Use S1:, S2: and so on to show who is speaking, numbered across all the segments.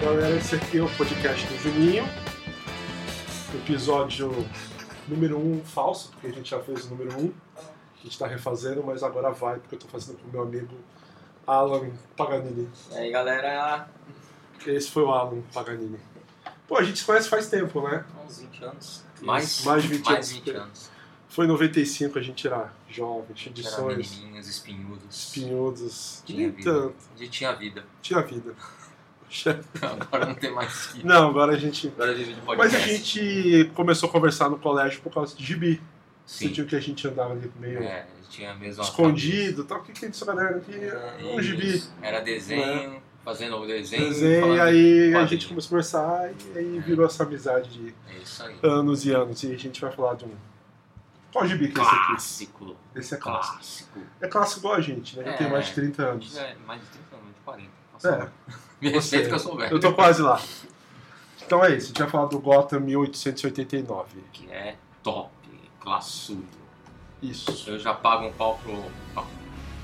S1: galera, esse aqui é o podcast do Juninho. Episódio número 1 um, falso, porque a gente já fez o número 1. Um. A gente tá refazendo, mas agora vai, porque eu tô fazendo com o meu amigo Alan Paganini.
S2: E aí, galera?
S1: Esse foi o Alan Paganini. Pô, a gente se conhece faz tempo, né?
S2: Há Uns 20 anos.
S1: Mais- mais 20 anos.
S2: mais 20 anos.
S1: Foi em 95 a gente era jovem, tinha
S2: Era
S1: edições,
S2: menininhos, espinhudos.
S1: pinhudos.
S2: Tinha
S1: Nem
S2: vida.
S1: tanto,
S2: De tinha vida.
S1: tinha vida.
S2: Agora não tem mais vida.
S1: Não, agora a gente.
S2: Agora vive de
S1: Mas
S2: podcast.
S1: a gente começou a converar no colégio por causa de gibi.
S2: Sim.
S1: Sentiu que a gente andava ali meio
S2: É, a gente tinha mesmo uma
S1: escondido, tal. O que que é isso, galera? Que é
S2: família.
S1: um gibi. é?
S2: Isso. Era desenho, fazendo o desenho.
S1: Desenho, e
S2: falando-
S1: aí a
S2: quadrinho.
S1: gente começou a conversar e aí virou essa amizade de
S2: É isso aí.
S1: anos e anos. E a gente vai falar de um. Qual gibi que é esse aqui?
S2: Clássico.
S1: Esse é clássico.
S2: Clássico.
S1: É clássico igual a gente, né? Já tem
S2: É.
S1: mais de 30 anos.
S2: É, Mais de 30 anos, de 40.
S1: É.
S2: Me
S1: Você.
S2: respeito que eu sou velho.
S1: É, Eu tô quase lá. Então é isso, a gente vai falar do Gotham 1889.
S2: Que é top, classudo.
S1: Isso.
S2: Eu já pago um pau pro, pra,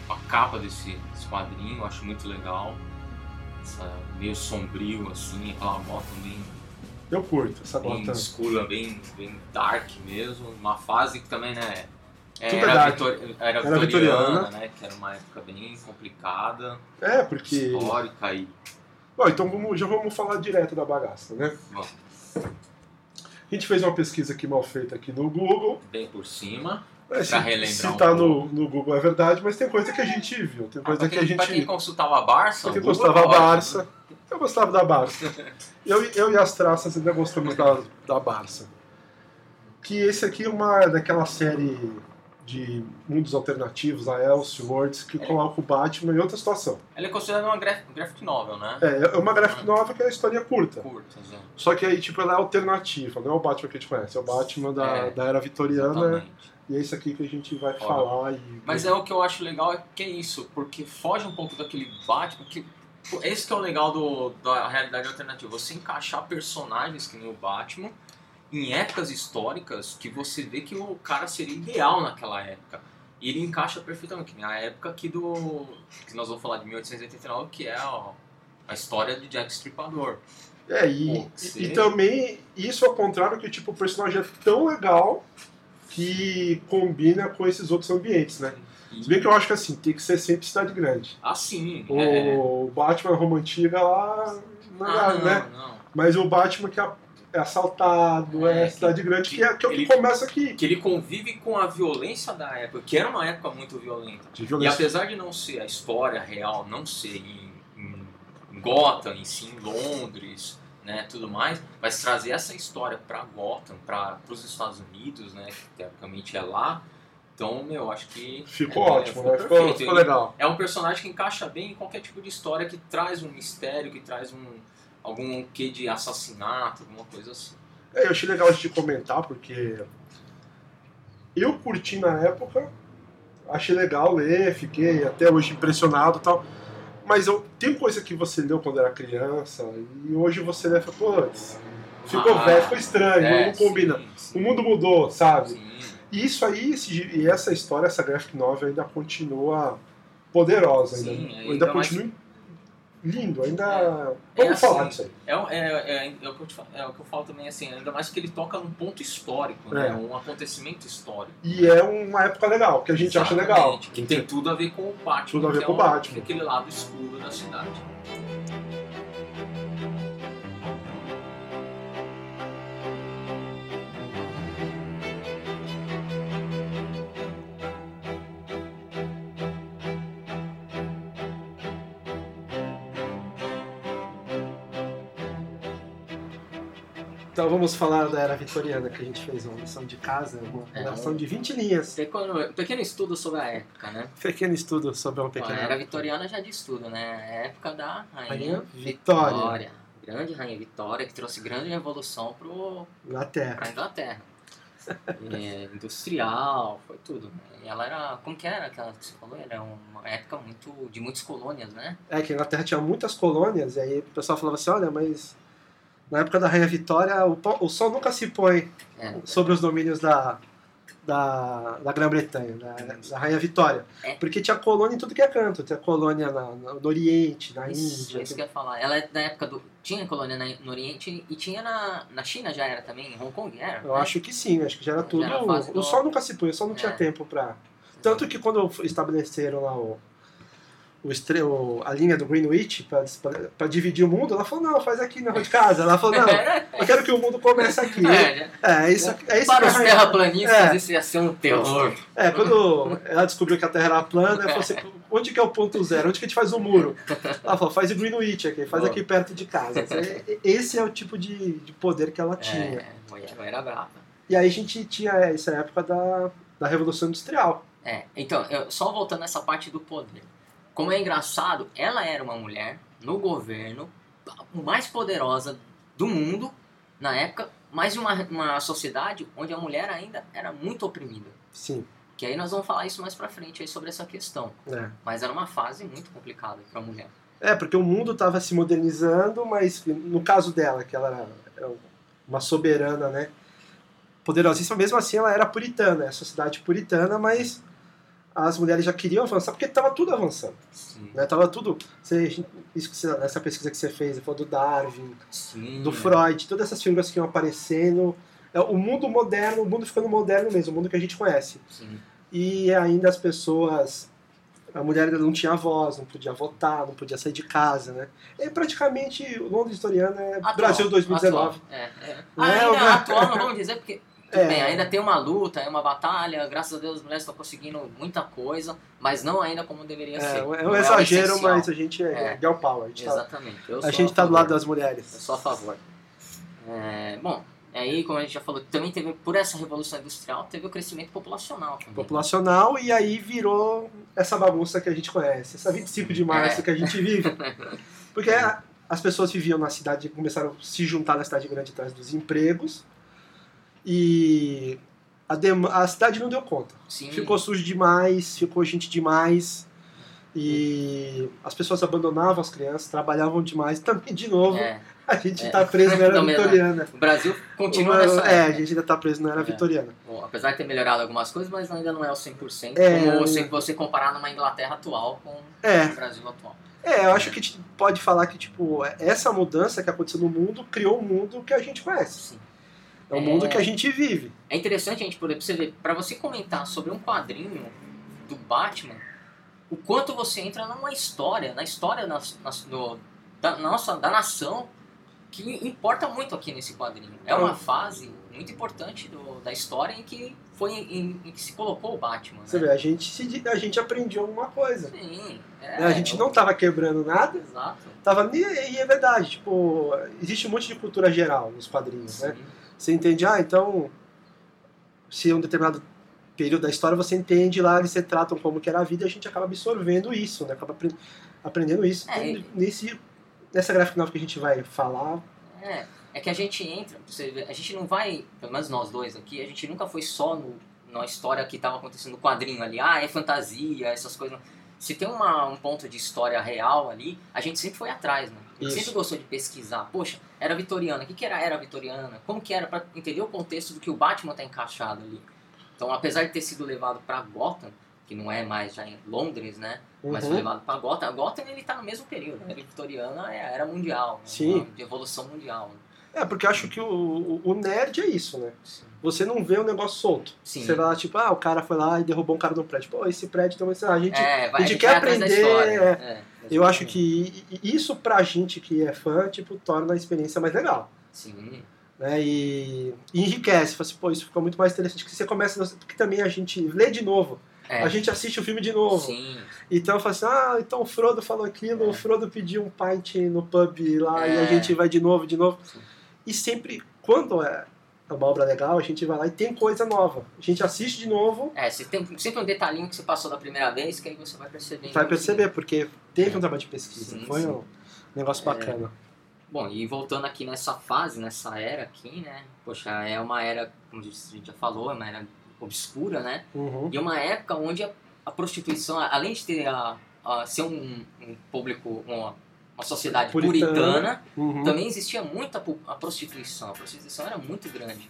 S2: pra capa desse, desse quadrinho, acho muito legal. Essa, meio sombrio, assim, aquela moto bem,
S1: Eu curto essa
S2: bem
S1: Gotham.
S2: escura, bem, bem dark mesmo. Uma fase que também, né? é,
S1: Tudo é
S2: era,
S1: dark.
S2: vitori- era
S1: Era
S2: vitoriana, né? Que era uma época bem complicada,
S1: É, porque.
S2: histórica e.
S1: Bom, então vamos, já vamos falar direto da bagaça, né?
S2: Vamos.
S1: A gente fez uma pesquisa aqui mal feita aqui no Google.
S2: Bem por cima.
S1: É, se,
S2: Pra relembrar
S1: se
S2: um
S1: tá no,
S2: pouco.
S1: no Google é verdade, mas tem coisa que a gente viu, tem coisa
S2: Ah, pra,
S1: que a
S2: quem, pra quem
S1: gente.
S2: consultava a Barça,
S1: Porque
S2: o Google
S1: gostava da
S2: pode, né?
S1: Barça. Eu gostava da Barça. Eu, eu e as traças ainda gostamos da, da Barça. Que esse aqui é uma daquela série de mundos alternativos, a Elseworlds,
S2: É.
S1: que coloca o Batman em outra situação.
S2: Ela é considerada uma graf- graphic novel, né?
S1: É, é uma graphic nova que é uma história curta.
S2: Curta, exato.
S1: Só que aí, tipo, ela é alternativa, não é o Batman que a gente conhece, é o Batman da,
S2: É,
S1: da era vitoriana,
S2: Exatamente.
S1: e é esse aqui que a gente vai
S2: Olha.
S1: falar. E...
S2: Mas é o que eu acho legal é que é isso, porque foge um pouco daquele Batman, que pô, esse que é o legal do, da realidade alternativa, você encaixar personagens que nem o Batman em épocas históricas que você vê que o cara seria ideal naquela época. E ele encaixa perfeitamente, que nem a época aqui do. que nós vamos falar de 1889, que é ó, a história de Jack Stripador.
S1: É, e,
S2: Pode ser.
S1: e, e também isso ao contrário que tipo, o personagem é tão legal que combina com esses outros ambientes, né? Se bem que eu acho que assim, tem que ser sempre cidade grande.
S2: Assim, é.
S1: O Batman Roma Antiga lá, não,
S2: Ah, não,
S1: né?
S2: não.
S1: Mas o Batman que é, é assaltado, é,
S2: É,
S1: cidade grande, que, é, que é o que
S2: ele-
S1: começa aqui.
S2: Que ele convive com a violência da época, que era uma época muito violenta.
S1: De
S2: E
S1: violência.
S2: apesar de não ser a história real, não ser em, em Gotham, em si, em Londres, né, tudo mais, mas trazer essa história para Gotham, para os Estados Unidos, né, que teoricamente é lá, então, meu, acho que...
S1: Ficou
S2: é,
S1: ótimo, né?
S2: perfeito.
S1: Ficou, ficou legal.
S2: É um personagem que encaixa bem em qualquer tipo de história, que traz um mistério, que traz um algum quê de assassinato, alguma coisa assim.
S1: É, eu achei legal de comentar, porque eu curti na época, achei legal ler, fiquei até hoje impressionado e tal. Mas eu, tem coisa que você leu quando era criança, e hoje você lê e fala, putz, ficou
S2: Ah,
S1: velho, ficou estranho,
S2: é,
S1: não combina.
S2: sim, sim.
S1: O mundo mudou, sabe?
S2: Sim.
S1: E isso aí, esse- e essa história, essa graphic novel ainda continua poderosa,
S2: Sim,
S1: ainda,
S2: ainda
S1: ainda
S2: mais-
S1: continua lindo, ainda.
S2: É
S1: Vamos falar
S2: assim,
S1: disso aí.
S2: É, um- é- é- é o que eu te fa- é o que eu falo também, assim, ainda mais que ele toca num ponto histórico, né?
S1: É.
S2: Um acontecimento histórico.
S1: E é uma época legal, que a gente acha legal.
S2: Exatamente, Que tem tudo a ver com o Batman.
S1: Tudo a ver
S2: que
S1: com o
S2: é um-
S1: Batman.
S2: Aquele lado escuro da cidade.
S3: Então vamos falar da era vitoriana que a gente fez uma lição de casa, uma
S2: É,
S3: relação de 20 linhas.
S2: Pequeno, pequeno estudo sobre a época, né?
S1: Um
S3: Pequeno estudo sobre uma pequena.
S2: a era vitoriana já diz tudo, né? A época da
S3: Rainha
S2: Rainha
S3: Vitória.
S2: Vitória. Grande Rainha Vitória, que trouxe grande revolução pro,
S3: Inglaterra.
S2: pra Inglaterra. É, industrial, foi tudo. né? E ela era. Como que era aquela que você falou? Era uma época muito, de muitas colônias, né?
S3: É que a Inglaterra tinha muitas colônias, e aí o pessoal falava assim: olha, mas na época da Rainha Vitória o, po- o sol nunca se põe
S2: É.
S3: sobre os domínios da,
S1: da, da Grã-Bretanha, da,
S2: Uhum.
S1: da Rainha Vitória.
S2: É.
S1: Porque tinha colônia em tudo que é canto. Tinha colônia na- na- no Oriente, na
S2: Isso,
S1: Índia.
S2: isso que eu ia falar. Ela é da época do. Tinha colônia na- no Oriente e tinha na, na China já era também, em Hong Kong era.
S1: Eu acho que sim, acho que já era
S2: Já
S1: tudo.
S2: era fase do-
S1: o sol nunca se pôs, o sol não tinha
S2: É.
S1: tempo pra. Tanto que quando estabeleceram lá o, o estre- o- a linha do Greenwich pra, pra- pra dividir o mundo, ela falou: não, faz aqui na rua de casa. Ela falou: não, eu quero que o mundo comece aqui. É,
S2: É, já-
S1: isso, é isso que
S2: Para
S1: a
S2: os
S1: rainha-
S2: terraplanistas,
S1: É.
S2: isso ia ser um terror.
S1: É, quando ela descobriu que a Terra era plana, ela falou assim: onde que é o ponto zero? Onde que a gente faz o muro? Ela falou: faz o Greenwich aqui, faz
S4: Boa.
S1: aqui perto de casa. E- Esse é o tipo de, de poder que ela tinha.
S2: É, mulher não era brava.
S1: E aí a gente tinha essa época da, da Revolução Industrial.
S2: É, então, eu- só voltando nessa parte do poder. Como é engraçado, ela era uma mulher no governo mais poderosa do mundo na época, mas de uma, uma sociedade onde a mulher ainda era muito oprimida.
S1: Sim.
S2: Que aí nós vamos falar isso mais pra frente aí sobre essa questão.
S1: É.
S2: Mas era uma fase muito complicada pra mulher.
S1: É, porque o mundo estava se modernizando, mas no caso dela, que ela era- era é um, uma soberana, né? Poderosíssima, mesmo assim ela era puritana, é a sociedade puritana, mas as mulheres já queriam avançar porque estava tudo avançando.
S4: Sim.
S1: Né? Tava tudo. Você, isso que você, nessa pesquisa que você fez, você falou do Darwin,
S4: Sim.
S1: do
S4: é.
S1: Freud, todas essas figuras que iam aparecendo. É, o mundo moderno, o mundo ficando moderno mesmo, o mundo que a gente conhece.
S2: Sim.
S1: e ainda as pessoas. A mulher ainda não tinha voz, não podia votar, não podia sair de casa, né? É praticamente o Londres historiano é
S2: Atual,
S1: Brasil 2019.
S2: Atual, é, é.
S1: Não é
S2: Ainda
S1: uma-
S2: atual, não vamos dizer, porque tudo
S1: É.
S2: bem, ainda tem uma luta, é uma batalha, graças a Deus as mulheres estão conseguindo muita coisa, mas não ainda como deveria
S1: É,
S2: ser.
S1: é
S2: assim. Não
S1: um
S2: o
S1: exagero,
S2: essencial.
S1: mas a gente é,
S2: É.
S1: girl power. A gente tá,
S2: Exatamente. Eu
S1: a
S2: sou
S1: gente tá do
S2: favor.
S1: lado das
S2: Eu
S1: mulheres.
S2: sou a favor. É, bom, aí, como a gente já falou, também teve, por essa revolução industrial, teve o crescimento populacional também.
S1: Populacional, e aí virou essa bagunça que a gente conhece, essa 25 de março
S2: É.
S1: que a gente vive. Porque a- as pessoas viviam na cidade, começaram a se juntar na cidade grande atrás dos empregos, e a dem- a cidade não deu conta.
S2: Sim,
S1: Ficou sujo demais, ficou gente demais. E as pessoas abandonavam as crianças, trabalhavam demais. Também, de novo,
S2: é.
S1: a gente
S2: É.
S1: tá preso na era
S2: Não, mas-
S1: vitoriana.
S2: O Brasil continua
S1: Uma-
S2: nessa
S1: é, a
S2: época.
S1: gente ainda tá preso na era
S2: É.
S1: vitoriana.
S2: Bom, apesar de ter melhorado algumas coisas, mas ainda não é o 100%,
S1: É,
S2: como
S1: eu-
S2: se você comparar numa Inglaterra atual com o
S1: É,
S2: Brasil atual.
S1: é, eu acho que a gente pode falar que, tipo, essa mudança que aconteceu no mundo criou o mundo que a gente conhece.
S2: Sim.
S1: É o
S2: É.
S1: mundo que a gente vive.
S2: É interessante a gente poder pra você ver, para você comentar sobre um quadrinho do Batman, o quanto você entra numa história, na história nas- nas- do- da nossa da nação que importa muito aqui nesse quadrinho. É
S1: Hum.
S2: uma fase muito importante do- da história em que foi em, em que se colocou o Batman. Né?
S1: Você vê, a gente, se, a gente aprendeu alguma coisa.
S2: Sim,
S1: né?
S2: é,
S1: A gente não tava quebrando nada,
S2: Exato.
S1: tava. E, e é verdade, tipo, existe um monte de cultura geral nos quadrinhos, né?
S2: Sim.
S1: Você entende, ah, então, se é um determinado período da história você entende lá, eles se tratam como que era a vida, a gente acaba absorvendo isso, né? Acaba apre- aprendendo isso.
S2: É,
S1: E
S2: e-
S1: nesse, nessa gráfica nova que a gente vai falar,
S2: É, é que a gente entra, você vê, a gente não vai, pelo menos nós dois aqui, a gente nunca foi só no, na história que estava acontecendo no quadrinho ali, ah, é fantasia, essas coisas. Se tem uma, um ponto de história real ali, a gente sempre foi atrás, né? A gente
S1: Isso.
S2: sempre gostou de pesquisar. Poxa, era vitoriana, o que, que era a era vitoriana? Como que era para entender o contexto do que o Batman tá encaixado ali? Então, apesar de ter sido levado para Gotham, que não é mais já em Londres, né? mas foi
S1: uhum,
S2: levado para Gotham. A Gotham ele tá no mesmo período. A era vitoriana é a era mundial, né?
S1: Sim.
S2: Uma- de evolução mundial. né?
S1: é porque eu acho que o, o- o nerd é isso, né?
S2: Sim.
S1: Você não vê o negócio solto.
S2: Sim.
S1: Você vai lá, tipo, ah, o cara foi lá e derrubou um cara no prédio. Pô, esse prédio também, sei lá, a gente...
S2: É, vai,
S1: a gente quer
S2: vai atrás da
S1: aprender,
S2: história, é,
S1: Eu acho
S2: exatamente.
S1: que i- i- isso pra gente que é fã, tipo, torna a experiência mais legal.
S2: Sim,
S1: né? E, e enriquece. Fala assim, pô, isso ficou muito mais interessante. Porque você começa. Porque também a gente lê de novo.
S2: é,
S1: A gente assiste o filme de novo.
S2: sim,
S1: Então fala assim, ah, então o Frodo falou aquilo,
S2: É.
S1: o Frodo pediu um pint no pub lá e a
S2: É.
S1: gente vai de novo, de novo.
S2: Sim.
S1: E sempre, quando é uma obra legal, a gente vai lá e tem coisa nova. A gente assiste de novo
S2: é, você tem sempre um detalhinho que você passou da primeira vez que aí você vai perceber.
S1: vai perceber, porque teve
S2: É.
S1: um trabalho de pesquisa.
S2: Sim,
S1: foi
S2: sim. É.
S1: um negócio bacana.
S2: Bom, e voltando aqui nessa fase, nessa era aqui, né? Poxa, é uma era, como a gente já falou, é uma era obscura, né?
S1: Uhum.
S2: E uma época onde a, a prostituição, a- além de ter a, a ser um, um público, uma, uma sociedade
S1: Puritana.
S2: puritana,
S1: Uhum.
S2: também existia muita pu- a prostituição. A prostituição era muito grande.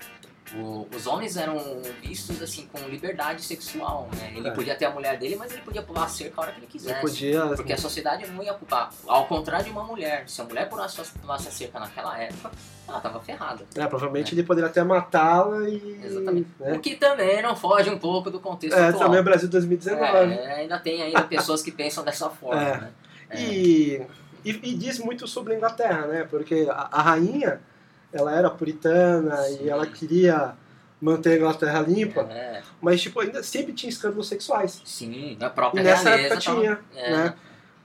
S2: o- os homens eram vistos assim com liberdade sexual, né? Ele
S1: É.
S2: podia ter a mulher dele, mas ele podia pular a cerca a hora que ele
S1: Ele
S2: quisesse.
S1: podia.
S2: né,
S1: assim.
S2: Porque a sociedade não ia culpar. Ao contrário de uma mulher. Se a mulher pulasse pulasse a cerca naquela época, ela tava ferrada.
S1: É, provavelmente ele poderia até matá-la e.
S2: Exatamente.
S1: né?
S2: O que também não foge um pouco do contexto
S1: É,
S2: atual.
S1: também é Brasil 2019.
S2: É, ainda tem ainda pessoas que pensam dessa forma,
S1: É.
S2: né?
S1: E, e, e diz muito sobre a Inglaterra, né? Porque a, a rainha, ela era puritana
S2: Sim.
S1: e ela queria manter a Inglaterra limpa,
S2: É,
S1: mas tipo, ainda sempre tinha escândalos sexuais.
S2: sim, na
S1: E
S2: própria
S1: nessa
S2: realeza
S1: época tinha,
S2: tava- é,
S1: né?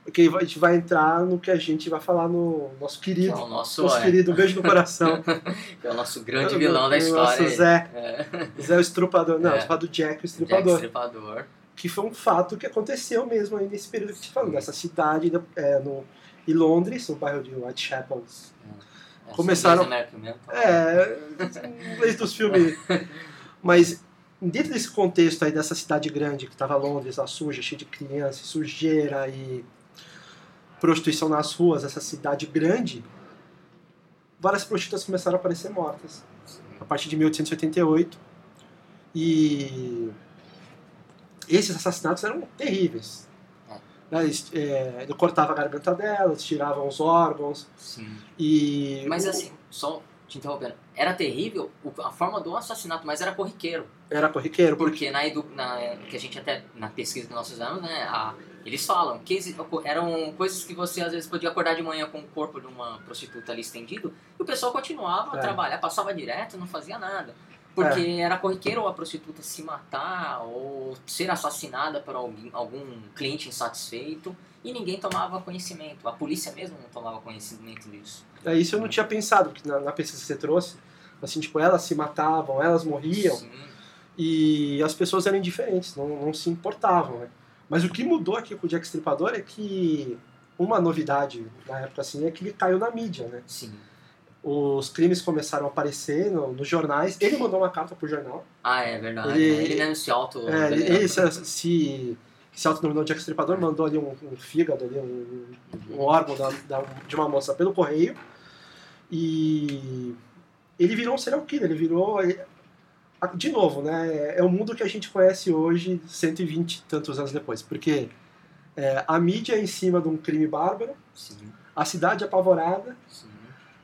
S1: Porque a gente vai entrar no que a gente vai falar no nosso
S2: que é
S1: querido.
S2: o nosso,
S1: Nosso
S2: é,
S1: querido, um beijo no coração.
S2: que é o nosso grande vilão da história.
S1: Nosso Zé.
S2: É,
S1: Zé o Estrupador. Não, é.
S2: É.
S1: do Jack o
S2: Jack
S1: Estrupador.
S2: Stripador. É,
S1: que foi um fato que aconteceu mesmo aí nesse período que você falou, nessa cidade é, no, em Londres, no bairro de Whitechapel.
S2: É, são
S1: Começaram-
S2: dois American Men, tá?
S1: É, leis dos filmes. Mas dentro desse contexto aí dessa cidade grande que estava Londres, lá suja, cheia de crianças, sujeira e prostituição nas ruas, essa cidade grande, várias prostitutas começaram a aparecer mortas a partir de 1888. E esses assassinatos eram terríveis. Né, eles, é, ele cortava a garganta delas, tiravam os órgãos
S2: Sim.
S1: e.
S2: Mas
S1: o-
S2: assim, só te interrompendo, era terrível o- a forma do assassinato, mas era corriqueiro.
S1: Era corriqueiro, porque.
S2: Porque na, edu, na que a gente até, na pesquisa que nós fizemos, né, a- eles falam que exi- eram coisas que você às vezes podia acordar de manhã com o corpo de uma prostituta ali estendido, e o pessoal continuava a
S1: É.
S2: trabalhar, passava direto, não fazia nada. Porque era corriqueiro a prostituta se matar ou ser assassinada por alguém, algum cliente insatisfeito e ninguém tomava conhecimento. A polícia mesmo não tomava conhecimento disso.
S1: É isso eu não tinha pensado, porque na, na pesquisa que você trouxe, assim, tipo, elas se matavam, elas morriam
S2: Sim.
S1: e as pessoas eram indiferentes, não, não se importavam, né? Mas o que mudou aqui com o Jack Stripador é que uma novidade na época assim é que ele caiu na mídia, né?
S2: Sim.
S1: Os crimes começaram a aparecer no- nos jornais. Ele mandou uma carta pro jornal.
S2: Ah, é verdade.
S1: Ele-
S2: né? Ele mesmo se auto.
S1: É, ele, ele se, se, se autonominou Jack Stripador, mandou ali um, um fígado, ali, um, um órgão da- da- de uma moça pelo correio. E ele virou um serial killer, ele virou. ele- a- de novo, né? É o mundo que a gente conhece hoje, 120 e tantos anos depois. Porque é, a mídia é em cima de um crime bárbaro,
S2: Sim,
S1: a cidade apavorada,
S2: sim.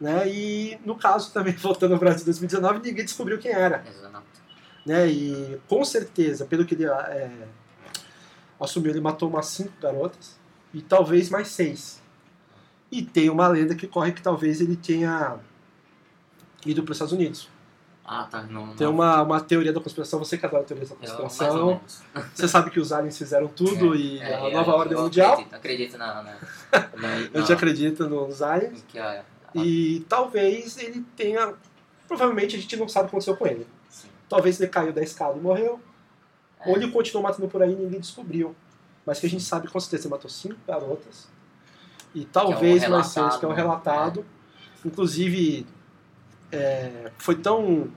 S1: né? E no caso também, voltando ao Brasil 2019, ninguém descobriu quem era
S2: Exato.
S1: né? E com certeza, pelo que ele é, assumiu, ele matou umas cinco garotas e talvez mais seis. E tem uma lenda que corre que talvez ele tenha ido para os Estados Unidos.
S2: Ah, tá. Não,
S1: Tem
S2: não.
S1: uma, uma teoria da conspiração, você que adora teorias da
S2: Eu, É, mais ou
S1: conspiração,
S2: menos.
S1: você sabe que os aliens fizeram tudo e
S2: É,
S1: a
S2: é,
S1: nova
S2: eu
S1: ordem mundial.
S2: Acredito, Ah. acredito na. na, na
S1: A gente acredita nos aliens.
S2: Que a, a,
S1: E talvez ele tenha. Provavelmente a gente não sabe o que aconteceu com ele.
S2: sim.
S1: Talvez ele caiu da escada e morreu.
S2: É,
S1: Ou ele continuou matando por aí e ninguém descobriu. Mas que a gente sabe com certeza, ele matou cinco garotas. E talvez
S2: Que é um
S1: mais seis, que é um
S2: relatado,
S1: relatado. Inclusive, é, foi tão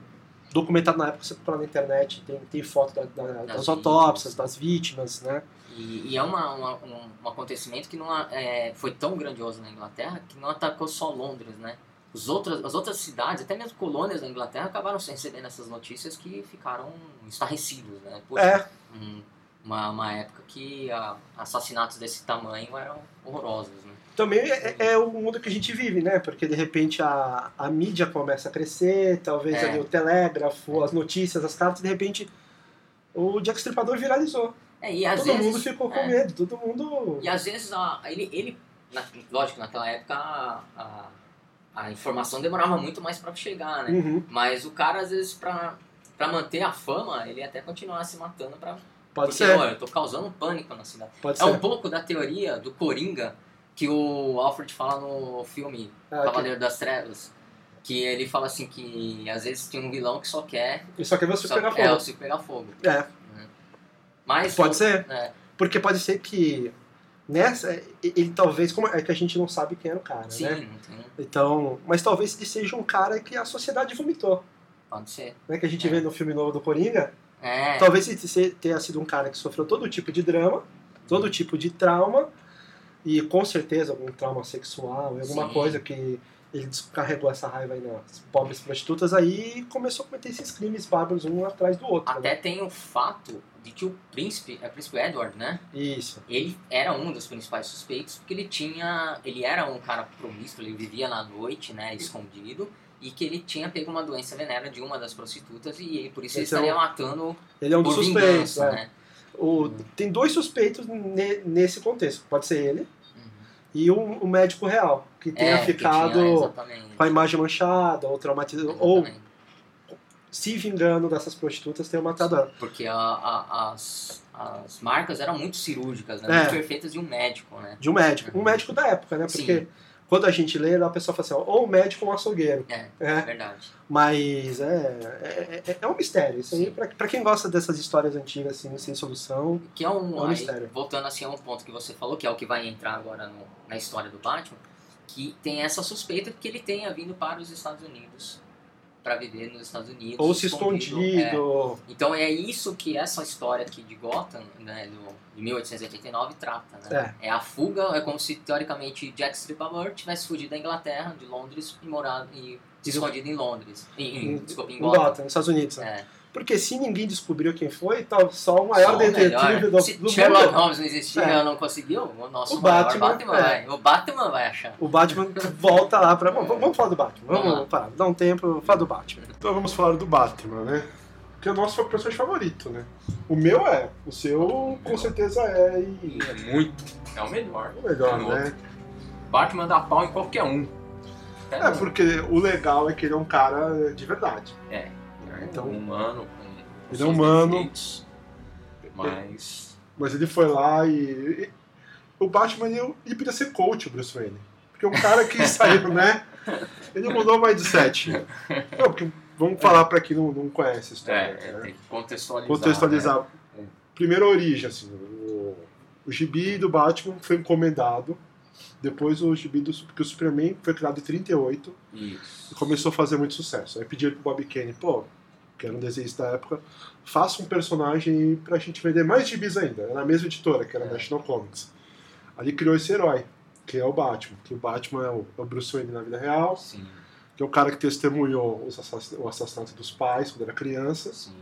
S1: documentado na época, você procura na internet, tem, tem foto da- da- das
S2: vítimas.
S1: autópsias, das vítimas, né?
S2: E, e é uma, uma- um, um acontecimento que não a- é, foi tão grandioso na Inglaterra que não atacou só Londres, né? Os outros, as outras cidades, até mesmo colônias da Inglaterra, acabaram recebendo essas notícias que ficaram estarrecidos, né? Poxa,
S1: É,
S2: um- uma, uma época que ah, assassinatos desse tamanho eram horrorosos, né?
S1: também é, é o mundo que a gente vive, né? Porque de repente a, a mídia começa a crescer, talvez
S2: É.
S1: ali o telégrafo, as notícias, as cartas, de repente o Jack Stripador viralizou.
S2: É, e às
S1: todo
S2: vezes,
S1: mundo ficou com
S2: é.
S1: medo, todo mundo.
S2: E às vezes a, a- ele, ele na, lógico, naquela época a, a, a informação demorava muito mais pra chegar, né?
S1: Uhum.
S2: Mas o cara, às vezes, pra, pra manter a fama, ele até continuava se matando pra.
S1: Pode
S2: porque,
S1: ser,
S2: ó, eu tô causando pânico na cidade.
S1: pode
S2: É um
S1: ser.
S2: pouco da teoria do Coringa que o Alfred fala no filme
S1: Ah, que-
S2: Cavaleiro das Trevas. Que ele fala assim que às vezes tem um vilão que só quer
S1: Ele só quer ver você
S2: Só-
S1: pegar
S2: É, o
S1: fogo.
S2: Circo Pegar Fogo.
S1: É,
S2: Mas,
S1: pode ser.
S2: É,
S1: Porque pode ser que nessa, e- ele talvez. Como é que a gente não sabe quem era o cara,
S2: sim,
S1: né?
S2: não tem-
S1: Então. Mas talvez ele seja um cara que a sociedade vomitou.
S2: pode ser.
S1: Né, que a gente
S2: É.
S1: vê no filme novo do Coringa.
S2: É,
S1: Talvez ele se- tenha sido um cara que sofreu todo tipo de drama, todo tipo de trauma. E com certeza algum trauma sexual, alguma
S2: Sim.
S1: coisa que
S3: ele descarregou essa raiva aí nas pobres prostitutas aí e começou a cometer esses crimes bárbaros um atrás do outro. né?
S2: Até tem o fato de que o príncipe, é o príncipe Edward, né?
S3: Isso.
S2: Ele era um dos principais suspeitos porque ele tinha, ele era um cara promíscuo, ele vivia na noite, né, escondido, e que ele tinha pego uma doença venérea de uma das prostitutas e ele, por isso ele
S3: Então,
S2: estaria matando
S3: Ele é um dos
S2: por
S3: suspeitos.
S2: vingança,
S3: né?
S2: né?
S3: O- tem dois suspeitos ne- nesse contexto. Pode ser ele e o, o médico real, que tenha
S2: É, que
S3: ficado
S2: tinha, exatamente.
S3: com a imagem manchada ou traumatizado, ou
S2: Exatamente.
S3: se vingando dessas prostitutas, tenha matado ela.
S2: Porque a- a- as, as marcas eram muito cirúrgicas, né?
S3: É.
S2: Muito perfeitas de um médico, né?
S3: De um médico. Um médico da época, né? Porque quando a gente lê, a pessoa fala assim, ó, ou um médico ou um açougueiro.
S2: É,
S3: É.
S2: é verdade.
S3: Mas é, é, é- é um mistério. Isso aí, pra, pra quem gosta dessas histórias antigas, assim, sem solução.
S2: Que é um.
S3: É um
S2: aí,
S3: mistério.
S2: voltando assim a um ponto que você falou, que é o que vai entrar agora no- na história do Batman, que tem essa suspeita que ele tenha vindo para os Estados Unidos. Pra viver nos Estados Unidos.
S3: Ou se
S2: é.
S3: escondido.
S2: Então é isso que essa história aqui de Gotham, né, do, de 1889, trata, né? É. a fuga, é como se teoricamente Jack Stripador tivesse fugido da Inglaterra, de Londres, e morado e se escondido em Londres. Em, em, desculpa, em
S3: Em
S2: é, Gotham.
S3: Gotham, nos Estados Unidos. né?
S2: É.
S3: Porque se ninguém descobriu quem foi, tal, só o maior
S2: Só o melhor. né?
S3: detetive do,
S2: Se
S3: do
S2: Sherlock
S3: mundo.
S2: Holmes não existia,
S3: É.
S2: não conseguiu, o nosso
S3: O
S2: maior
S3: Batman,
S2: Batman,
S3: é.
S2: vai. O Batman vai achar.
S3: O Batman volta lá pra. Bom,
S2: É.
S3: vamos falar do Batman. Vamos,
S2: Vamos lá.
S3: parar, dá um tempo, falar do Batman.
S1: Então vamos falar do Batman, né? Porque o nosso foi o personagem favorito, né? O meu é, o seu com certeza é e
S5: É muito. É o melhor.
S1: o melhor,
S5: É o
S1: né?
S5: Batman dá pau em qualquer um. Até um,
S1: É,
S5: no-
S1: porque o legal é que ele é um cara de verdade.
S5: É.
S1: Então-
S5: um humano com.
S1: Ele é
S5: seus
S1: humano.
S5: defeitos, mas.
S1: Mas ele foi lá e. e- o Batman ele, ele podia ser coach, o Bruce Wayne. Porque um cara que saiu, né? Ele mudou o mindset. Não, porque vamos falar pra quem não, não conhece a história.
S5: É,
S1: né?
S5: tem que contextualizar.
S1: contextualizar.
S5: né?
S1: Primeiro a origem, assim, o, o gibi do Batman foi encomendado, depois o gibi do porque o Superman foi criado em 38
S5: né?
S1: e
S5: Isso.
S1: começou a fazer muito sucesso. Aí pediram pro Bob Kane, pô, que era um desenhista da época, faça um personagem pra gente vender mais gibis ainda. Era a mesma editora, que era a
S2: É.
S1: National Comics. Ali criou esse herói, que é o Batman, que o Batman é o, é o Bruce Wayne na vida real,
S5: Sim,
S1: que é o cara que testemunhou os assass- o assassinato dos pais quando era criança.
S5: sim.